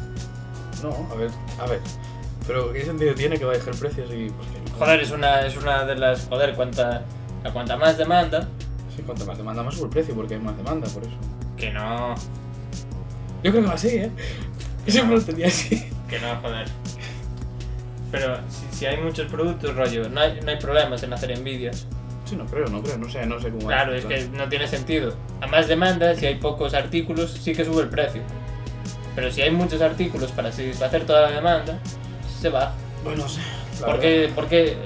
S2: No, a ver, a ver. Pero ¿qué sentido tiene que bajar precios y pues que-
S3: Joder, es una, es una de las. Joder, cuanta, a cuanta más demanda,
S2: Sí, cuanto más demanda, más sube el precio porque hay más demanda, por eso.
S3: que no.
S2: Yo creo que va así, ¿eh? Yo siempre lo tenía así.
S3: Que no, joder. Pero si, si hay muchos productos, rollo, no hay, no hay problemas en hacer envidias.
S2: Sí, no creo, no creo, no sé, no sé cómo
S3: Claro, es que no tiene sentido. A más demanda, si hay pocos artículos, sí que sube el precio. Pero si hay muchos artículos para satisfacer toda la demanda, se baja.
S2: Bueno, sí. la
S3: ¿Por
S2: verdad.
S3: qué, por, qué-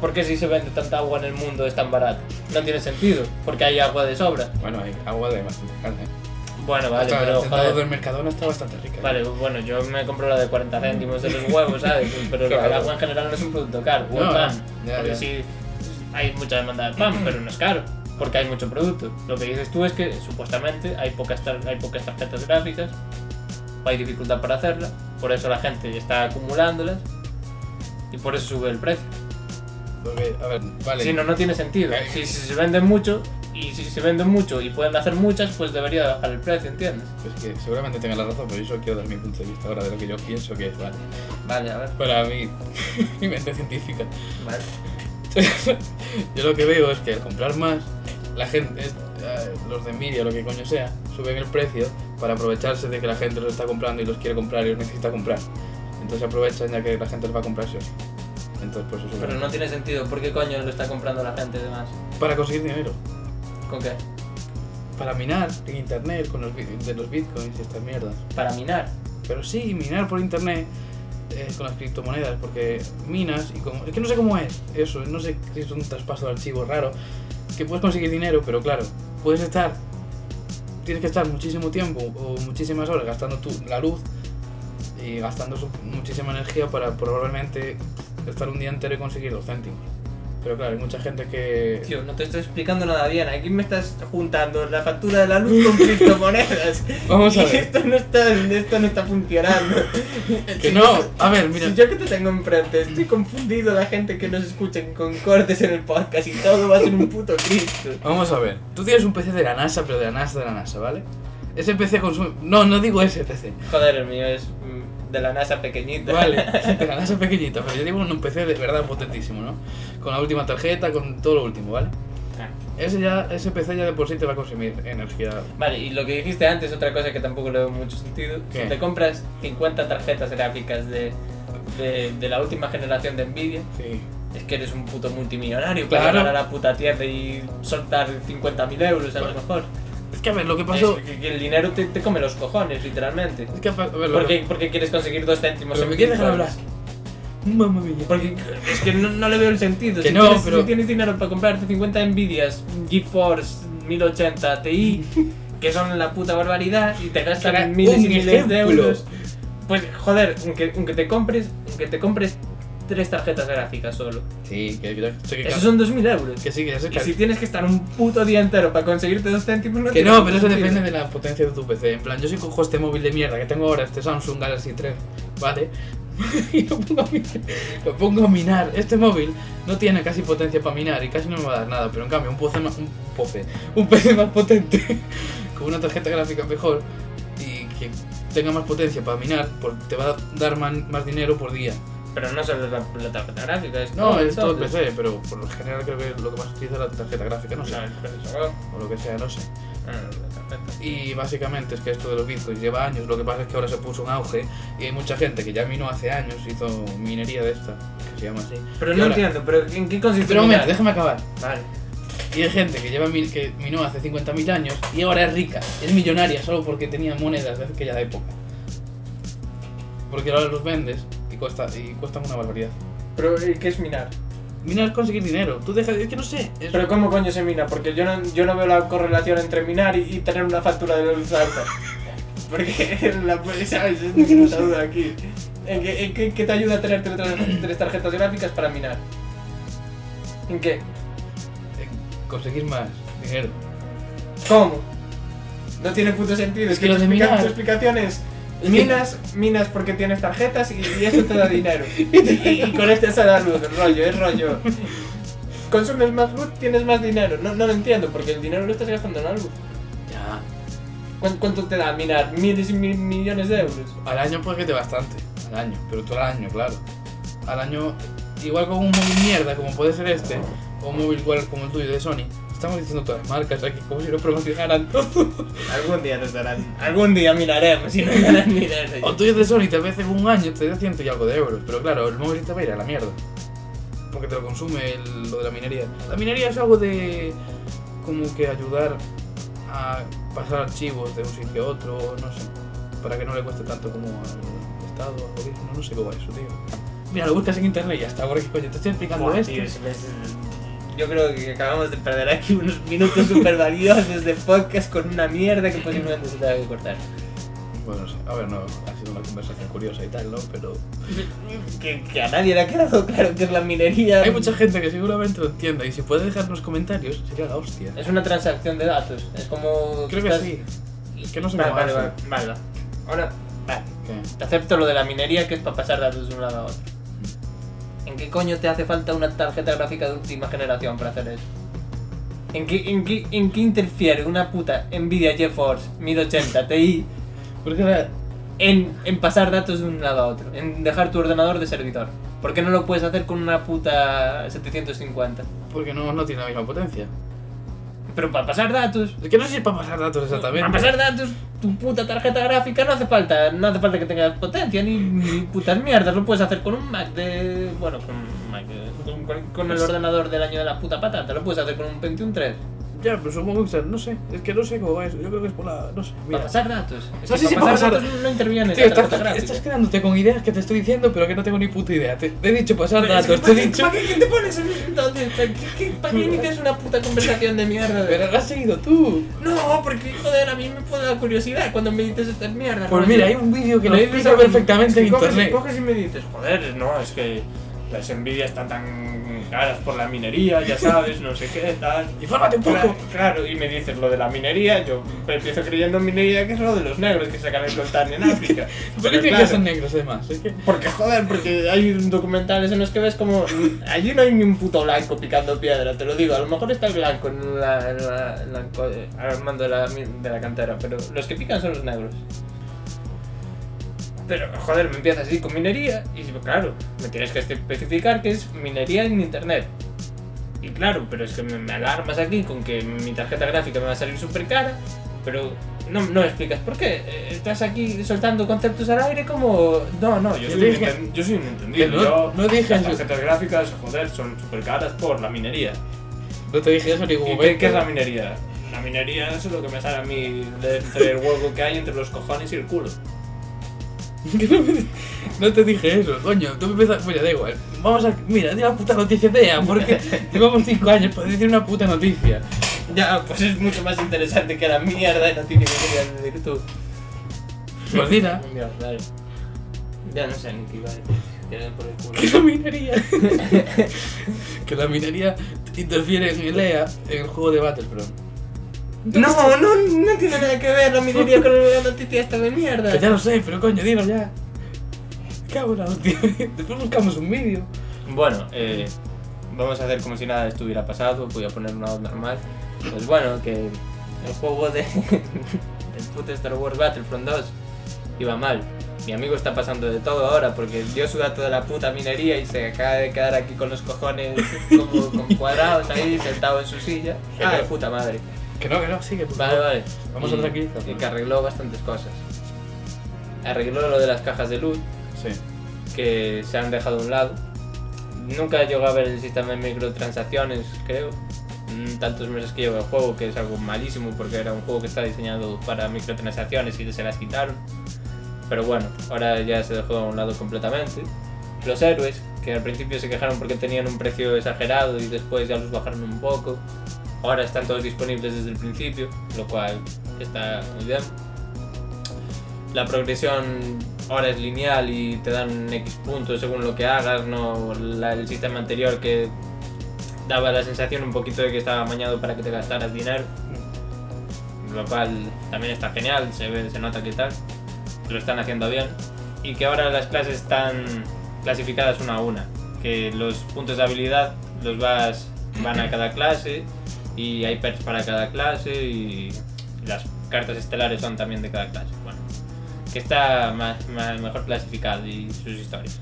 S3: por qué si se vende tanta agua en el mundo es tan barato? No tiene sentido, porque hay agua de sobra.
S2: Bueno, hay agua de bastante calda, ¿eh?
S3: Bueno, vale,
S2: Hasta
S3: pero
S2: el tentador
S3: joder.
S2: del Mercadona está bastante rica. ¿eh?
S3: Vale, bueno, yo me compro la de 40 céntimos de los huevos, ¿sabes? Pero el
S2: Claro.
S3: agua en general no es un producto caro, o el
S2: No,
S3: pan.
S2: ya,
S3: porque
S2: ya.
S3: sí, hay mucha demanda de pan, pero no es caro, porque hay mucho producto. Lo que dices tú es que supuestamente hay pocas, tar- hay pocas tarjetas gráficas, hay dificultad para hacerlas, por eso la gente está acumulándolas y por eso sube el precio.
S2: Porque, a ver, vale.
S3: Si no, no tiene sentido.
S2: Eh.
S3: Si, si se venden mucho y si se venden mucho y pueden hacer muchas, pues debería bajar el precio, ¿entiendes?
S2: Es pues que seguramente tenga la razón, pero yo solo quiero dar mi punto de vista ahora de lo que yo pienso que es, vale.
S3: Vale, a ver,
S2: Para mí, mi mente científica.
S3: vale.
S2: yo lo que veo es que al comprar más, la gente, es- eh, los de Nvidia, lo que coño sea, suben el precio para aprovecharse de que la gente los está comprando y los quiere comprar y los necesita comprar. Entonces aprovechan ya que la gente los va a comprar sí o sí. Entonces por eso suben.
S3: Pero no tiene sentido, ¿por qué coño lo está comprando la gente además?
S2: Para conseguir dinero.
S3: ¿Con qué?
S2: Para minar en internet con los, bi- de los bitcoins y estas mierdas.
S3: Para minar.
S2: Pero sí, minar por internet eh, con las criptomonedas, porque minas y como... Es que no sé cómo es eso, no sé si es un traspaso de archivo raro, que puedes conseguir dinero, pero claro, puedes estar... Tienes que estar muchísimo tiempo o muchísimas horas gastando tu, la luz y gastando su- muchísima energía para probablemente estar un día entero y conseguir los céntimos. Pero claro, hay mucha gente que...
S3: Tío, no te estoy explicando nada bien. Aquí me estás juntando la factura de la luz con criptomonedas.
S2: Vamos a
S3: Y
S2: ver.
S3: Esto no está, esto no está funcionando.
S2: Que no, a ver, mira...
S3: Si yo que te tengo enfrente, estoy confundido la gente que nos escucha con cortes en el podcast y todo va a ser un puto Cristo.
S2: Vamos a ver, tú tienes un PC de la NASA, pero de la NASA, de la NASA, ¿vale? Ese PC consume... No, no digo ese PC.
S3: Joder, el mío es mm, de la NASA pequeñita.
S2: Vale, de la NASA pequeñito, pero yo digo un PC de verdad potentísimo, ¿no? Con la última tarjeta, con todo lo último, ¿vale?
S3: Ah.
S2: Ese, ya, ese PC ya de por sí te va a consumir energía.
S3: Vale, y lo que dijiste antes, otra cosa que tampoco le veo mucho sentido.
S2: ¿Qué?
S3: Si te compras 50 tarjetas gráficas de, de, de la última generación de Nvidia,
S2: Sí.
S3: es que eres un puto multimillonario
S2: Claro.
S3: para ganar a la puta tierra y soltar 50.000 euros a lo mejor.
S2: Es que a ver, lo que pasó...
S3: Es que, que el dinero te, te come los cojones, literalmente.
S2: Es que a ver, lo
S3: Porque,
S2: que...
S3: porque quieres conseguir dos céntimos
S2: Pero
S3: en
S2: me quieres dejar hablar.
S3: bitcoins.
S2: Mamma mía.
S3: Porque es que no, no le veo el sentido.
S2: Que
S3: si,
S2: no,
S3: tienes,
S2: pero-
S3: si tienes dinero para comprarte 50 Nvidias, GeForce 1080 Ti, que son la puta barbaridad, y te gastan
S2: Era
S3: miles
S2: un
S3: y miles
S2: ejemplo.
S3: de euros. Pues joder, aunque, aunque te compres, aunque te compres tres tarjetas gráficas solo.
S2: Sí, que, que, sé que,
S3: Esos son 2.000 euros.
S2: que sí, que ya sé
S3: Y
S2: que...
S3: si tienes que estar un puto día entero para conseguirte dos céntimos, no
S2: Que
S3: tiene
S2: no, pero eso
S3: sentido.
S2: depende de la potencia de tu PC. En plan, yo si cojo este móvil de mierda que tengo ahora, este Samsung Galaxy 3, ¿vale? y lo pongo, a minar, lo pongo a minar. Este móvil no tiene casi potencia para minar y casi no me va a dar nada, pero en cambio un PC más, un, pofe, un PC más potente, con una tarjeta gráfica mejor y que tenga más potencia para minar, por- te va a dar man- más dinero por día.
S3: Pero no solo es la, la tarjeta gráfica, es
S2: No, es todo el
S3: Ah, entonces.
S2: PC, pero por lo general creo que lo que más se utiliza es la tarjeta gráfica, no sé,
S3: No, el procesador,
S2: o lo que sea, no sé.
S3: no, no, la tarjeta.
S2: Y básicamente es que esto de los bitcoins lleva años, lo que pasa es que ahora se puso un auge y hay mucha gente que ya minó hace años, hizo minería de esta, que se llama así.
S3: Pero
S2: Y
S3: no
S2: ahora-
S3: entiendo, pero ¿en qué consiste?
S2: Pero un momento,
S3: mirar?
S2: déjame acabar.
S3: Vale.
S2: Y hay gente que, lleva, min- que minó hace 50.000 años y ahora es rica, es millonaria solo porque tenía monedas de aquella época. Porque ahora los vendes y, cuesta, y cuestan una barbaridad.
S3: Pero,
S4: eh,
S3: ¿y ¿qué es minar?
S2: Minar es conseguir dinero, tú dejas, es que no sé. es-
S3: Pero, ¿cómo coño se mina? Porque yo no, yo no veo la correlación entre minar y, y tener una factura de luz alta. Porque, la, ¿sabes? Es mi puta duda aquí.
S4: ¿En qué, en qué- qué te ayuda a tener tres, tres- tres tarjetas gráficas para minar? ¿En qué?
S2: Conseguir más dinero.
S4: ¿Cómo? No tiene puto sentido.
S5: Es que
S4: tu
S5: lo de
S4: explica-
S5: minar-
S4: tu explicación es minas, minas porque tienes tarjetas y, y eso te da dinero. Y, y con este se da luz, rollo, es rollo. Consumes más luz, tienes más dinero. No, no lo entiendo, porque el dinero lo estás gastando en algo.
S2: Ya.
S4: ¿Cuán- ¿Cuánto te da minar? Miles y mil millones de euros.
S2: Al año puede que te bastante. Al año, pero tú al año, claro. Al año, igual con un móvil mierda como puede ser este, o un móvil igual como el tuyo de Sony. Estamos diciendo todas las marcas aquí como si no promocionaran todo.
S4: Algún día nos darán. Algún día
S2: pues,
S4: miraremos y nos darán dinero.
S2: O tuyo de Sony tal vez en un año te da ciento y algo de euros, pero claro, el móvil te va a ir a la mierda. Porque te lo consume el- lo de la minería. La minería es algo de como que ayudar a pasar archivos de un sitio a otro, no sé, para que no le cueste tanto como al Estado, al gobierno, no sé cómo va eso, tío. Mira, lo buscas en internet y ya está, porque coño, te estoy explicando
S4: Buah,
S2: esto.
S4: tío, se me- se- Yo creo que acabamos de perder aquí unos minutos súper valiosos de podcast con una mierda que posiblemente se tenga que cortar.
S2: Bueno, no sé, a ver, no, ha sido una conversación curiosa y tal, ¿no? Pero
S4: Que, que a nadie le ha quedado claro que es la minería.
S2: hay mucha gente que seguramente lo entienda y si puede dejarnos comentarios sería la hostia.
S4: Es una transacción de datos. Es como.
S2: Creo que
S4: estás-
S2: sí. Es que no sé
S4: Vale,
S2: cómo
S4: vale,
S2: va
S4: vale,
S2: eso.
S4: vale, va. Ahora, vale.
S2: ¿Qué?
S4: Te acepto lo de la minería que es para pasar datos de un lado a otro.
S2: Mm.
S4: ¿En qué coño te hace falta una tarjeta gráfica de última generación para hacer eso? ¿En qué, en qué, en qué interfiere una puta Nvidia GeForce 1080 Ti
S2: Porque la-
S4: en, en pasar datos de un lado a otro? En dejar tu ordenador de servidor. ¿Por qué no lo puedes hacer con una puta 750?
S2: Porque no, no tiene la misma potencia.
S4: Pero para pasar datos.
S2: Es que no sé si es para pasar datos exactamente.
S4: Mm, Para pasar datos, tu puta tarjeta gráfica no hace falta, no hace falta que tengas potencia ni, ni putas mierdas, lo puedes hacer con un Mac de. bueno, con un Mac, eh, con, con- con el
S2: Pues-
S4: ordenador del año de la puta patata, lo puedes hacer con un Pentium 3.
S2: Ya, pero supongo que sea- no sé. Es que no sé cómo va eso. Yo creo que es por la. No sé.
S4: Para
S2: Mira.
S4: pasar datos. Es
S2: No,
S4: que
S2: sí, sí,
S4: para
S2: para
S4: pasar
S2: pasar-
S4: datos no interviene
S2: Tío,
S4: la
S2: estás,
S4: tarjeta gráfica.
S2: estás quedándote con ideas que te estoy diciendo, pero que no tengo ni puta idea. Te, te he dicho pasar
S4: Pero es que
S2: datos, te he
S4: ¿para qué-
S2: dicho.
S4: ¿Para qué qué te Pues, pones en- entonces? ¿Para qué, qué- para qué inicias una puta conversación de mierda?
S2: Pero la has seguido tú.
S4: No, porque joder, a mí me puede dar curiosidad cuando me dices estas mierdas.
S2: Pues
S4: rollo.
S2: mira, hay un vídeo que lo
S4: Lo
S2: explica perfectamente en internet.
S4: Coges y me dices, joder, no, es que las envidias están tan caras por la minería, ya sabes, no sé qué, tal.
S2: Infórmate un
S4: Claro,
S2: poco.
S4: claro, y me dices lo de la minería, yo empiezo creyendo en minería que es lo de los negros que sacan el coltán en África.
S2: ¿Por qué
S4: Pero
S2: tienen
S4: claro,
S2: que ser negros además? Es que.
S4: porque joder, porque hay documentales en los que ves como. Allí no hay ni un puto blanco picando piedra, te lo digo. A lo mejor está el blanco en la, en la- en la co- eh, armando la, mi- de la cantera, pero los que pican son los negros. Pero joder, me empiezas así con minería y claro, me tienes que especificar que es minería en internet. Y claro, pero es que me, me alarmas aquí con que mi tarjeta gráfica me va a salir súper cara, pero no, no explicas por qué. Eh, Estás aquí soltando conceptos al aire como... No, no, yo
S2: Yo
S4: soy, un
S2: dije-
S4: enten- yo soy un
S2: que
S4: entendido.
S2: no,
S4: yo-
S2: no dije
S4: las
S2: eso.
S4: tarjetas gráficas, joder, son súper caras por la minería.
S2: No te dije eso en ningún
S4: ¿Y
S2: momento.
S4: qué, qué es la minería? La minería es lo que me sale a mí de entre el huevo que hay entre los cojones y el culo.
S2: Que no me- No te dije eso, coño. Tú me empiezas. Mira, da igual. Vamos a. Mira, di la puta noticia fea, porque llevamos 5 años para decir una puta noticia.
S4: Ya, pues es mucho más interesante que la mierda y no tiene ninguna virtud.
S2: Pues dila.
S4: Mira, dale. Ya no sé ni qué iba a decir. Tienen por el culo.
S2: Que la minería. que la minería interfiere en el EA en el juego de Battlefront.
S4: No, no, no tiene nada que ver la minería con la noticia esta de mierda.
S2: Que ya lo sé, pero coño, dilo ya. Cago en la hostia. Después buscamos un vídeo.
S4: Bueno, eh, vamos a hacer como si nada estuviera pasado, voy a poner una voz normal. Pues bueno, que el juego de el puto Star Wars Battlefront 2 iba mal. Mi amigo está pasando de todo ahora porque dio su dato de la puta minería y se acaba de quedar aquí con los cojones como con cuadrados ahí sentado en su silla. Ah, de puta madre.
S2: Que no, que no, sigue. por
S4: Vale,
S2: favor.
S4: vale.
S2: Vamos a
S4: Y-
S2: tranquilizarnos.
S4: Y que arregló bastantes cosas. Arregló lo de las cajas de luz,
S2: Sí.
S4: que se han dejado a un lado. Nunca llegó a ver el sistema de microtransacciones, creo. Mm, Tantos meses que lleva el juego, que es algo malísimo porque era un juego que está diseñado para microtransacciones y se las quitaron. Pero bueno, ahora ya se dejó a un lado completamente. Los héroes, que al principio se quejaron porque tenían un precio exagerado y después ya los bajaron un poco. Ahora están todos disponibles desde el principio, lo cual está muy bien. La progresión ahora es lineal y te dan X puntos según lo que hagas, no la- el sistema anterior que daba la sensación un poquito de que estaba amañado para que te gastaras dinero. Lo cual también está genial, se, ve, se nota que tal, que lo están haciendo bien. Y que ahora las clases están clasificadas una a una, que los puntos de habilidad los vas, van a cada clase y hay perks para cada clase y las cartas estelares son también de cada clase. Bueno, que está más, más- mejor clasificado y sus historias.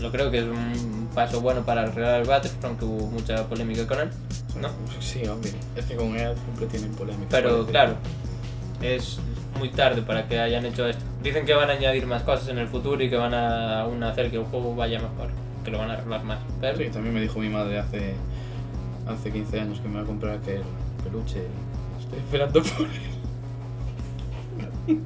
S4: Lo creo que es un paso bueno para arreglar Battlefront, aunque hubo mucha polémica con él, ¿no?
S2: Sí, hombre. Es que con EA siempre tienen polémica.
S4: Pero
S2: Parece.
S4: claro, es muy tarde para que hayan hecho esto. Dicen que van a añadir más cosas en el futuro y que van a aún hacer que el juego vaya mejor, que lo van a arreglar más. Pero
S2: Sí, también me dijo mi madre hace, hace 15 años que me va a comprar aquel peluche. Estoy esperando por él.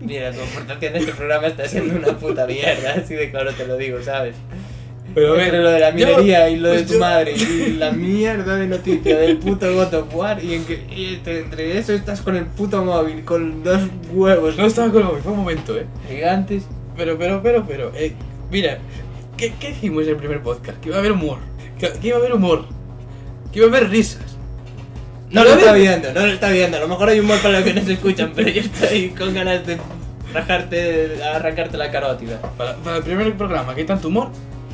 S4: mira, tu aportación en este programa está siendo una puta mierda, así de claro te lo digo, ¿sabes?
S2: Pero a ver,
S4: Entre lo de la
S2: yo-
S4: minería y lo de
S2: pues
S4: tu
S2: yo-
S4: madre y la mierda de noticia del puto God of War y, en que- y entre, entre eso estás con el puto móvil, con dos huevos
S2: No estaba con fue un momento, eh.
S4: gigantes.
S2: Pero, pero, pero, pero, eh, mira, ¿qué, qué dijimos en el primer podcast? Que iba a haber humor, que, que iba a haber humor, que iba a haber risas.
S4: No lo
S2: ¿Lo
S4: está
S2: ves?
S4: viendo, no lo está viendo. A lo mejor hay un mal para los que no se escuchan, pero yo estoy con ganas de rajarte, arrancarte la carótida.
S2: Para, para el primer programa, que hay tanto humor,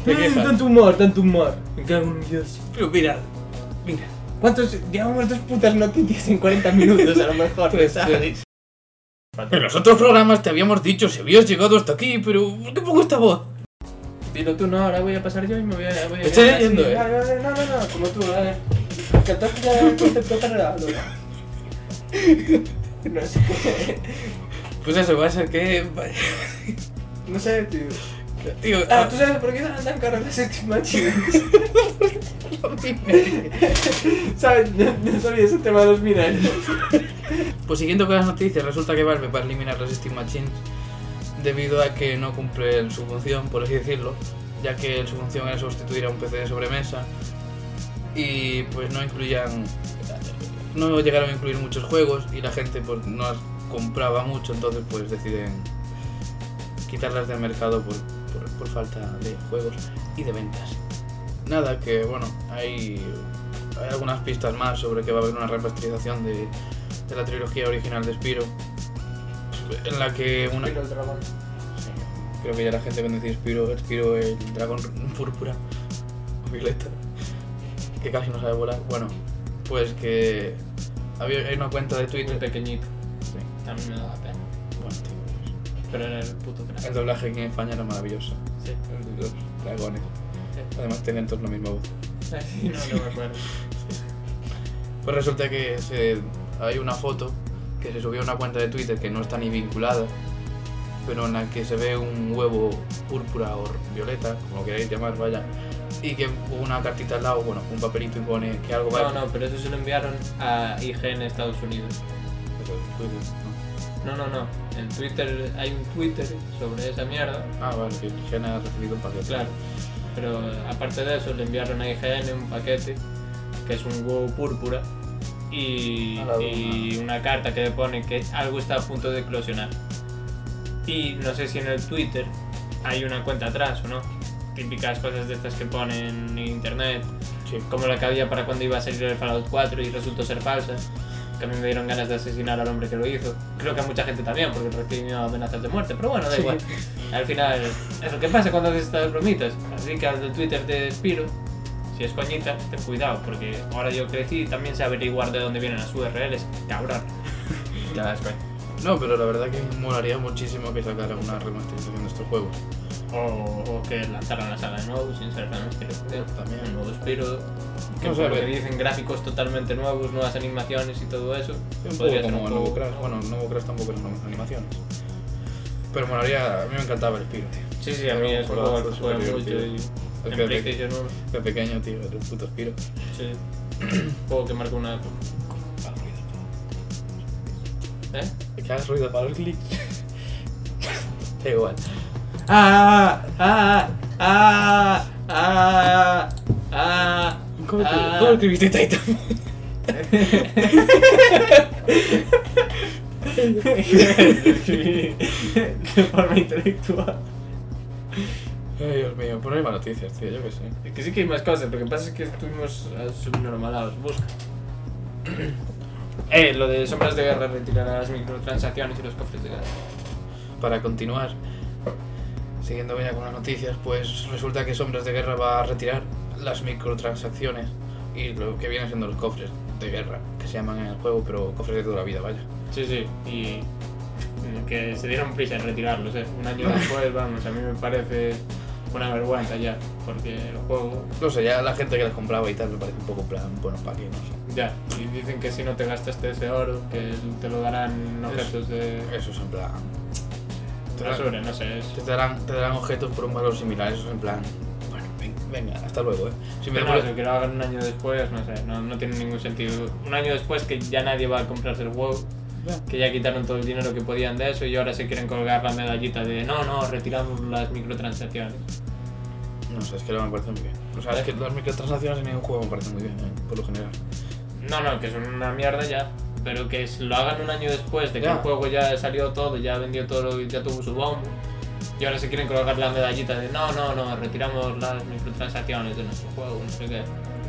S2: te
S4: Mm,
S2: quejas.
S4: Tanto humor, tanto humor. Me cago en Dios.
S2: Pero mira, mira,
S4: ¿Cuántos? Llevamos dos putas noticias en 40 minutos, a lo mejor,
S2: Tres,
S4: ¿sabes?
S2: en los otros programas te habíamos dicho si habías llegado hasta aquí, pero ¿por qué pongo esta voz?
S4: Dilo tú, no, ahora voy a pasar yo y me voy a. Voy a
S2: Estoy
S4: así.
S2: leyendo, eh.
S4: Vale, vale, No, no, no, como tú, vale. Que tú ya el concepto general. ¿no? No sé,
S2: Pues eso, va a ser que...
S4: no sé, tío.
S2: Tío,
S4: Ah, ¿tú sabes por qué no andan caras las últimas chicas? ¿Sabes? No, no sabía ese tema de los minerales.
S2: Pues siguiendo con las noticias, resulta que Valve va a eliminar las Steam Machines debido a que no cumple su función, por así decirlo, ya que su función era sustituir a un PC de sobremesa y pues no incluían, no llegaron a incluir muchos juegos y la gente pues no las compraba mucho, entonces pues deciden quitarlas del mercado por, por- por falta de juegos y de ventas. Nada, que bueno, hay, hay algunas pistas más sobre que va a haber una remasterización de de la trilogía original de Spiro, en la que una...
S4: Pero el dragón.
S2: Sí, Creo que ya la gente cuando dice Spiro, Spiro el dragón púrpura o violeta, que casi no sabe volar. Bueno, pues que había, hay una cuenta de Twitter.
S4: pequeñito.
S2: Sí,
S4: A mí me daba pena.
S2: bueno, tío,
S4: Pero era el puto
S2: pues,
S4: grande.
S2: el doblaje aquí en España era maravilloso.
S4: Sí.
S2: El de Los dragones. Además tenían todos la misma voz.
S4: Así no, no me acuerdo.
S2: Pues resulta que se- hay una foto que se subió a una cuenta de Twitter que no está ni vinculada, pero en la que se ve un huevo púrpura o violeta, como queráis llamar, vaya, y que una cartita al lado, bueno, un papelito y pone que algo va
S4: No, no, pero eso se lo enviaron a IG en Estados Unidos.
S2: Pero Twitter, ¿no?
S4: No, no, no. En Twitter, hay un Twitter sobre esa mierda.
S2: Ah, vale, que Jenna ha recibido un paquete.
S4: Claro. Pero aparte de eso, le enviaron a IGN un paquete, que es un huevo púrpura, y,
S2: A la
S4: y una carta que pone que algo está a punto de eclosionar. Y no sé si en el Twitter hay una cuenta atrás o no. Típicas cosas de estas que ponen en internet,
S2: Sí.
S4: como la que había para cuando iba a salir el Fallout 4 y resultó ser falsa. Que a mí me dieron ganas de asesinar al hombre que lo hizo. Creo que a mucha gente también, porque recibió amenazas de muerte. Pero bueno, da igual. Al final, es lo que pasa cuando haces estas bromitas. Así que al del Twitter de Spiro, si es coñita, ten cuidado, porque ahora yo crecí y también sé averiguar de dónde vienen las URLs. Cabrón. Ya das cuenta.
S2: No, pero la verdad que me molaría muchísimo que sacaran una remasterización de estos juegos.
S4: O, o que lanzaron la saga de nuevo sin ser remasterización.
S2: También.
S4: Un nuevo Spiro. Que
S2: No sé,
S4: por lo
S2: a
S4: que
S2: ver.
S4: dicen gráficos totalmente nuevos, nuevas animaciones y todo eso.
S2: Un poco
S4: Podría ser
S2: como
S4: un
S2: el nuevo
S4: juego-
S2: Crash. Bueno, el nuevo Crash tampoco era una animaciones. Pero molaría, a mí me encantaba el Spiro, tío.
S4: Sí, sí, a
S2: Era
S4: mí
S2: un
S4: es un
S2: juegazo
S4: juego que juego
S2: súper
S4: mucho y
S2: divertido. Es
S4: en
S2: que-
S4: PlayStation 1.
S2: De pequeño, tío, era un puto Spiro.
S4: Sí. juego que marcó una época. ¿Eh?
S2: Que hagas ruido para el clic. da igual.
S4: Ah, ah, ah, ah, ah.
S2: ¿Cómo, escri-
S4: ah.
S2: cómo escribiste Titan?
S3: Escribí de forma intelectual.
S2: Ay, Dios mío, pues no hay más noticias, tío, yo qué sé.
S4: Es Eh, que sí que hay más cosas, lo que pasa es que estuvimos eh, subnormalados. Busca. Eh, lo de sombras de guerra retirará las microtransacciones y los cofres de guerra.
S2: Para continuar, siguiendo bien con las noticias, pues resulta que Sombras de Guerra va a retirar las microtransacciones y lo que vienen siendo los cofres de guerra, que se llaman en el juego, pero cofres de toda la vida, vaya.
S4: Sí, sí, y mm, que se dieron prisa en retirarlos, eh. Un año después, vamos, a mí me parece una vergüenza ya, porque el juego,
S2: No sé, ya la gente que las compraba y tal me parece un poco en plan, bueno, para qué, no sé.
S4: ya, y dicen que si no te gastaste ese oro, que te lo darán objetos de
S2: Eso es en plan. te da-
S4: basura, no sé, es...
S2: Te darán, te darán objetos por un valor similar, eso es en plan. Bueno, ven- venga, hasta luego, eh. Si me
S4: Pero
S2: pones-
S4: que lo hagan un año después, no sé, no, no tiene ningún sentido. Un año después que ya nadie va a comprarse el juego,
S2: Ya.
S4: que ya quitaron todo el dinero que podían de eso y ahora se quieren colgar la medallita de no, no, retiramos las microtransacciones.
S2: No sé, es que no me parece muy bien. O sea, es que las microtransacciones en ningún juego me parecen muy bien, eh, por lo general.
S4: No, no, que son una mierda ya, pero que s- lo hagan un año después de que
S2: Ya.
S4: el juego ya salió todo, ya vendió todo, lo- ya tuvo su bombo. Y ahora se quieren colgar la medallita de no, no, no, retiramos las microtransacciones de nuestro juego, no sé qué.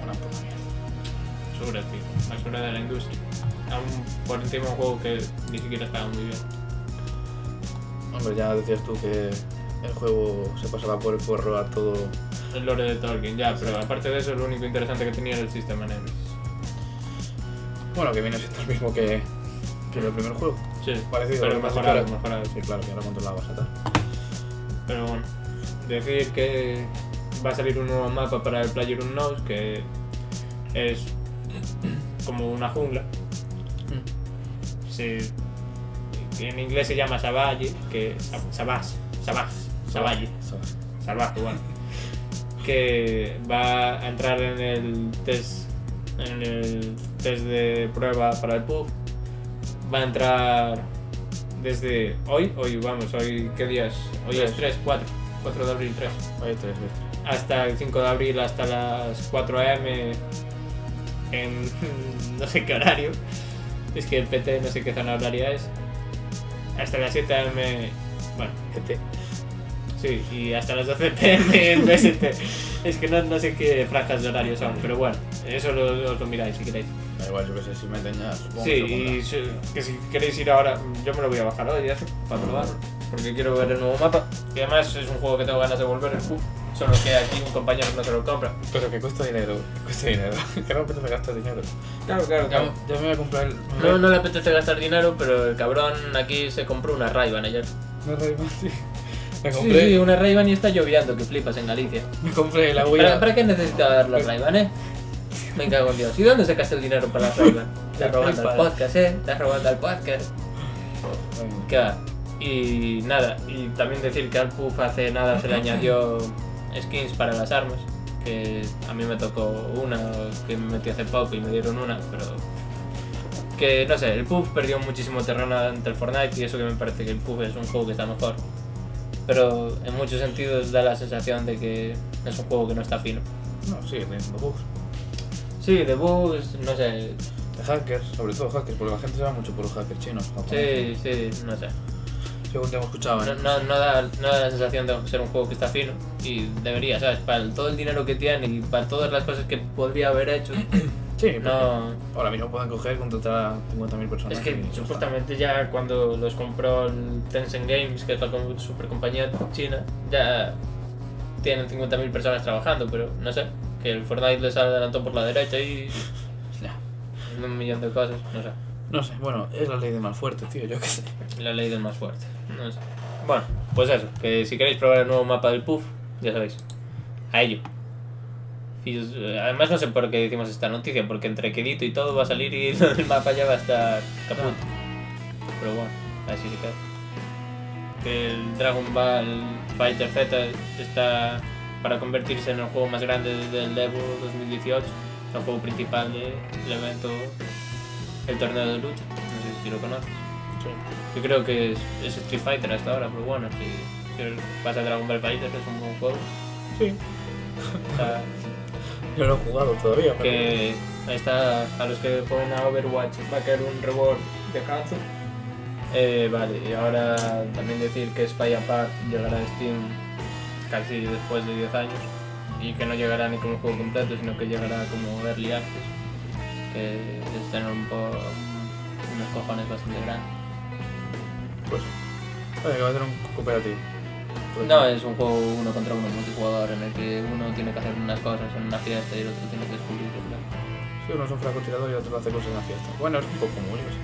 S2: Una puta mierda.
S4: Basura, tío. Basura de la industria. Aún por encima de un juego que ni siquiera estaba muy bien.
S2: Hombre, ya decías tú que el juego se pasaba por el forro a todo.
S4: El lore de Tolkien, ya, pero aparte de eso, lo único interesante que tenía era el sistema Nemesis.
S2: Bueno, que viene siendo el mismo que, que el primer juego.
S4: Sí,
S2: Parecido,
S4: pero
S2: lo que pasa
S4: mejorado,
S2: es que ahora-
S4: mejorado.
S2: Sí, claro, que ahora controlabas a tal.
S4: Pero bueno, decir que va a salir un nuevo mapa para el Player Unknowns que es como una jungla. Mm, Se- en inglés se llama Savage, que. Savage, Savage, Savage.
S2: Sabes.
S4: salvaje, bueno, que va a entrar en el test en el test de prueba para el pub. Va a entrar desde hoy, hoy vamos, hoy qué días? Hoy es
S2: Tres.
S4: 3, 4, 4 de abril 3.
S2: Oye, tres veces.
S4: Hasta el 5 de abril hasta las 4 am en no sé qué horario. Es que el PT no sé qué zona horaria es. Hasta las 7 am, bueno,
S2: Gente.
S4: Sí, y hasta las 12 pm en BST. es que no, no sé qué franjas de horario son, pero bueno, eso lo, lo, lo miráis si queréis.
S2: Da igual, yo qué sé, si me teñas. supongo
S4: Sí,
S2: que lo pondrá.
S4: y si- que si queréis ir ahora, yo me lo voy a bajar hoy eso, para probar, porque quiero ver el nuevo mapa. Y además es un juego que tengo ganas de volver, el Q, solo que aquí un compañero no se lo compra.
S2: Pero que cuesta dinero, que cuesta dinero. que de repente me gastas dinero.
S4: Claro, claro,
S2: Ya, ya me voy a comprar el. me
S4: No,
S2: voy-
S4: no le apetece gastar dinero, pero el cabrón aquí se compró una Ray-Ban eh, ayer.
S2: Me reí más, sí. Me
S4: Sí,
S2: compré,
S4: sí, una Ray-Ban y está lloviendo, que flipas en Galicia.
S2: me compré la Wii.
S4: ¿Para, para qué necesitaba dar
S2: Pues-
S4: los Ray-Ban, eh? Me cago en Dios. ¿Y dónde sacaste el dinero para las Ray-Ban? Estás robando al podcast, eh. Estás robando al podcast.
S2: Bueno,
S4: Que va. Y nada, y también decir que al PUF hace nada se le añadió skins para las armas. Que a mí me tocó una que me metí hace poco y me dieron una, pero. Que no sé, el PUF perdió muchísimo terreno ante el Fortnite y eso que me parece que el PUF es un juego que está mejor. Pero en muchos sentidos da la sensación de que es un juego que no está fino.
S2: No, sí, teniendo bugs.
S4: Sí, de bugs, no sé.
S2: De hackers, sobre todo hackers, porque la gente se va mucho por los hackers chinos. japoneses.
S4: Sí, sí, no sé.
S2: Según te hemos escuchado,
S4: No,
S2: ¿eh?
S4: no, no da, no da la sensación de ser un juego que está fino. Y debería, ¿sabes? Para el- todo el dinero que tiene y para todas las cosas que podría haber hecho.
S2: Sí, porque
S4: No.
S2: Ahora mismo pueden coger y contratar a 50.000 personas.
S4: Es que
S2: y-
S4: supuestamente ya cuando los compró el Tencent Games, que es la com- supercompañía china, ya tienen 50.000 personas trabajando, pero no sé. Que el Fortnite les adelantó por la derecha y
S2: Ya.
S4: un millón de cosas, no sé.
S2: No sé, bueno, es la ley del más fuerte, tío, yo qué sé.
S4: La ley del más fuerte. No sé. Bueno, pues eso, que si queréis probar el nuevo mapa del PUF, ya sabéis. A ello. Fis- eh, Además no sé por qué decimos esta noticia, porque entre Quedito y todo va a salir y el mapa ya va a estar caput.
S2: Ah,
S4: Pero bueno, así se queda. Que el Dragon Ball Fighter Z está para convertirse en el juego más grande del Evo 2018, el juego principal de- del evento, el torneo de lucha. No sé si lo conoces. Yo creo que es, es Street Fighter hasta ahora, pero bueno, si, si vas a Dragon Ball Fighter es un buen juego.
S2: Sí.
S4: O sea,
S2: Yo no he jugado todavía, pero...
S4: que ahí está a los que ponen a Overwatch va a caer un reward de cazo
S3: Eh, vale, y ahora también decir que Spy Apart llegará a Steam casi después de 10 años y que no llegará ni como juego completo, sino que llegará como Early Access, que es tener un po- unos cojones bastante grandes.
S2: Pues. Vale, que va a ser un cooperativo. Pues,
S3: No, es un juego uno contra uno multijugador en el que uno tiene que hacer unas cosas en una fiesta y el otro tiene que descubrir otra.
S2: Si uno es un francotirador y otro hace cosas en la fiesta. Bueno, es un poco como yo qué sé.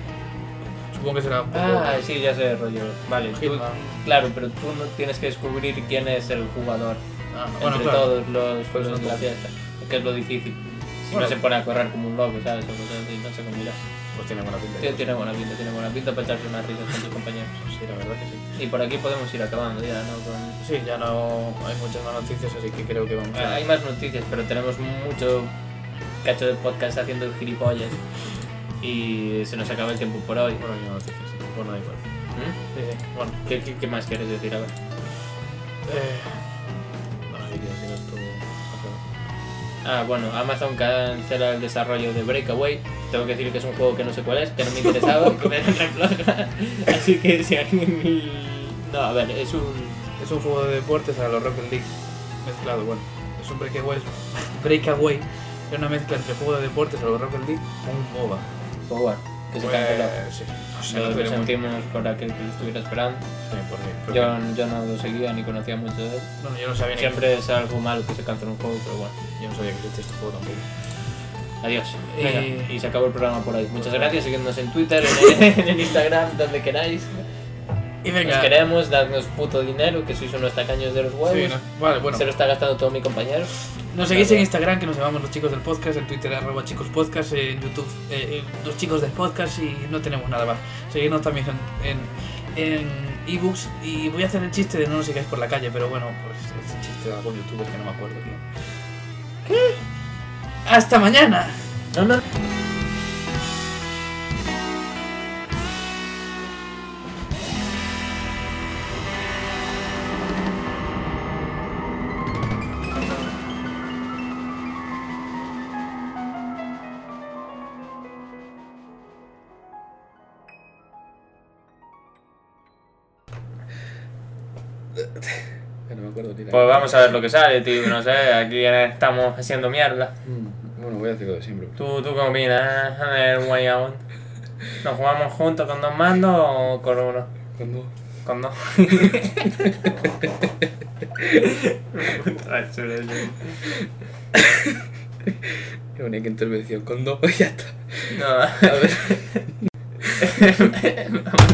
S2: Supongo que será un poco.
S3: Ah, sí, ya sé, rollo. Vale, tú-
S2: Hitman.
S3: claro, pero tú no tienes que descubrir quién es el jugador
S2: Ah,
S3: entre todos los
S2: Pues
S3: juegos de la
S2: no.
S3: fiesta, que es lo difícil. Si
S2: Bueno.
S3: no se pone a correr como un loco, ¿sabes? O cosas así, no sé cómo irá.
S2: Pues tiene buena pinta.
S3: Tiene, tiene buena pinta, tiene buena pinta para echarse unas risas con tus compañeros.
S2: Sí, la verdad que sí.
S3: Y por aquí podemos ir acabando ya, ¿no? Con-
S2: Sí, ya no hay muchas más noticias, así que creo que vamos
S3: Ah,
S2: a.
S3: Hay más noticias, pero tenemos mucho cacho de podcast haciendo gilipollas. Y se nos acaba el tiempo por hoy.
S2: Bueno, hay más noticias, sí. Bueno, da igual.
S3: ¿Mm?
S2: Sí, sí. Bueno,
S3: ¿Qué, qué, qué más quieres decir? A ver.
S2: eh. No sé si quieres decir esto. acá.
S3: Ah, bueno, Amazon cancela el desarrollo de Breakaway. Tengo que decir que es un juego que no sé cuál es, que no me interesaba, que me refloja. Así que si alguien. No, a ver, es un.
S2: Es un juego de deportes a los Rocket League mezclado. Bueno, es un breakaway. Breakaway. Es una mezcla entre juego de deportes a los Rocket League con un MOBA.
S3: Pues bueno, que se canceló.
S2: sí. O sea,
S3: Lo
S2: no
S3: no
S2: tenemos
S3: sentimos por aquel que lo estuviera esperando.
S2: Sí, eh, por ahí,
S3: Yo,
S2: pero-
S3: yo no lo seguía ni conocía mucho de él.
S2: Bueno, yo no sabía ni
S3: Siempre es algo malo que se cancela un juego, pero bueno.
S2: Yo no sabía que existía este juego tampoco.
S3: Adiós.
S2: Y-
S3: Venga, y se acabó el programa por ahí. Muchas gracias. Seguidnos en Twitter, en, en el Instagram, donde queráis.
S2: Y
S3: Nos queremos, dadnos puto dinero, que sois unos tacaños de los huevos.
S2: Sí, no- Vale, bueno.
S3: Se lo está gastando todo mi compañero.
S2: Nos seguís en Instagram, que nos llamamos Los Chicos del Podcast, en Twitter, arroba Chicos Podcast, en YouTube, eh, eh, Los Chicos del Podcast, y no tenemos nada más. Seguidnos también en, en, en ebooks, y voy a hacer el chiste de no nos sigáis por la calle, pero bueno, pues es el chiste de algún youtuber que no me acuerdo bien. ¿Qué? ¡Hasta mañana!
S3: No, no.
S6: Ya no me acuerdo ni la-
S3: Pues vamos a ver lo que sale, tío. No sé, aquí estamos haciendo mierda.
S6: Mm, Bueno, voy a hacer lo de siempre.
S3: ¿Tú, tú qué opinas? A ver, way out. ¿Nos jugamos juntos con dos mandos o con uno?
S6: ¿Cuándo?
S3: Con dos. Puta basura, tío.
S6: La única intervención. ¿Cuándo? Ya está.
S3: no.
S6: A ver.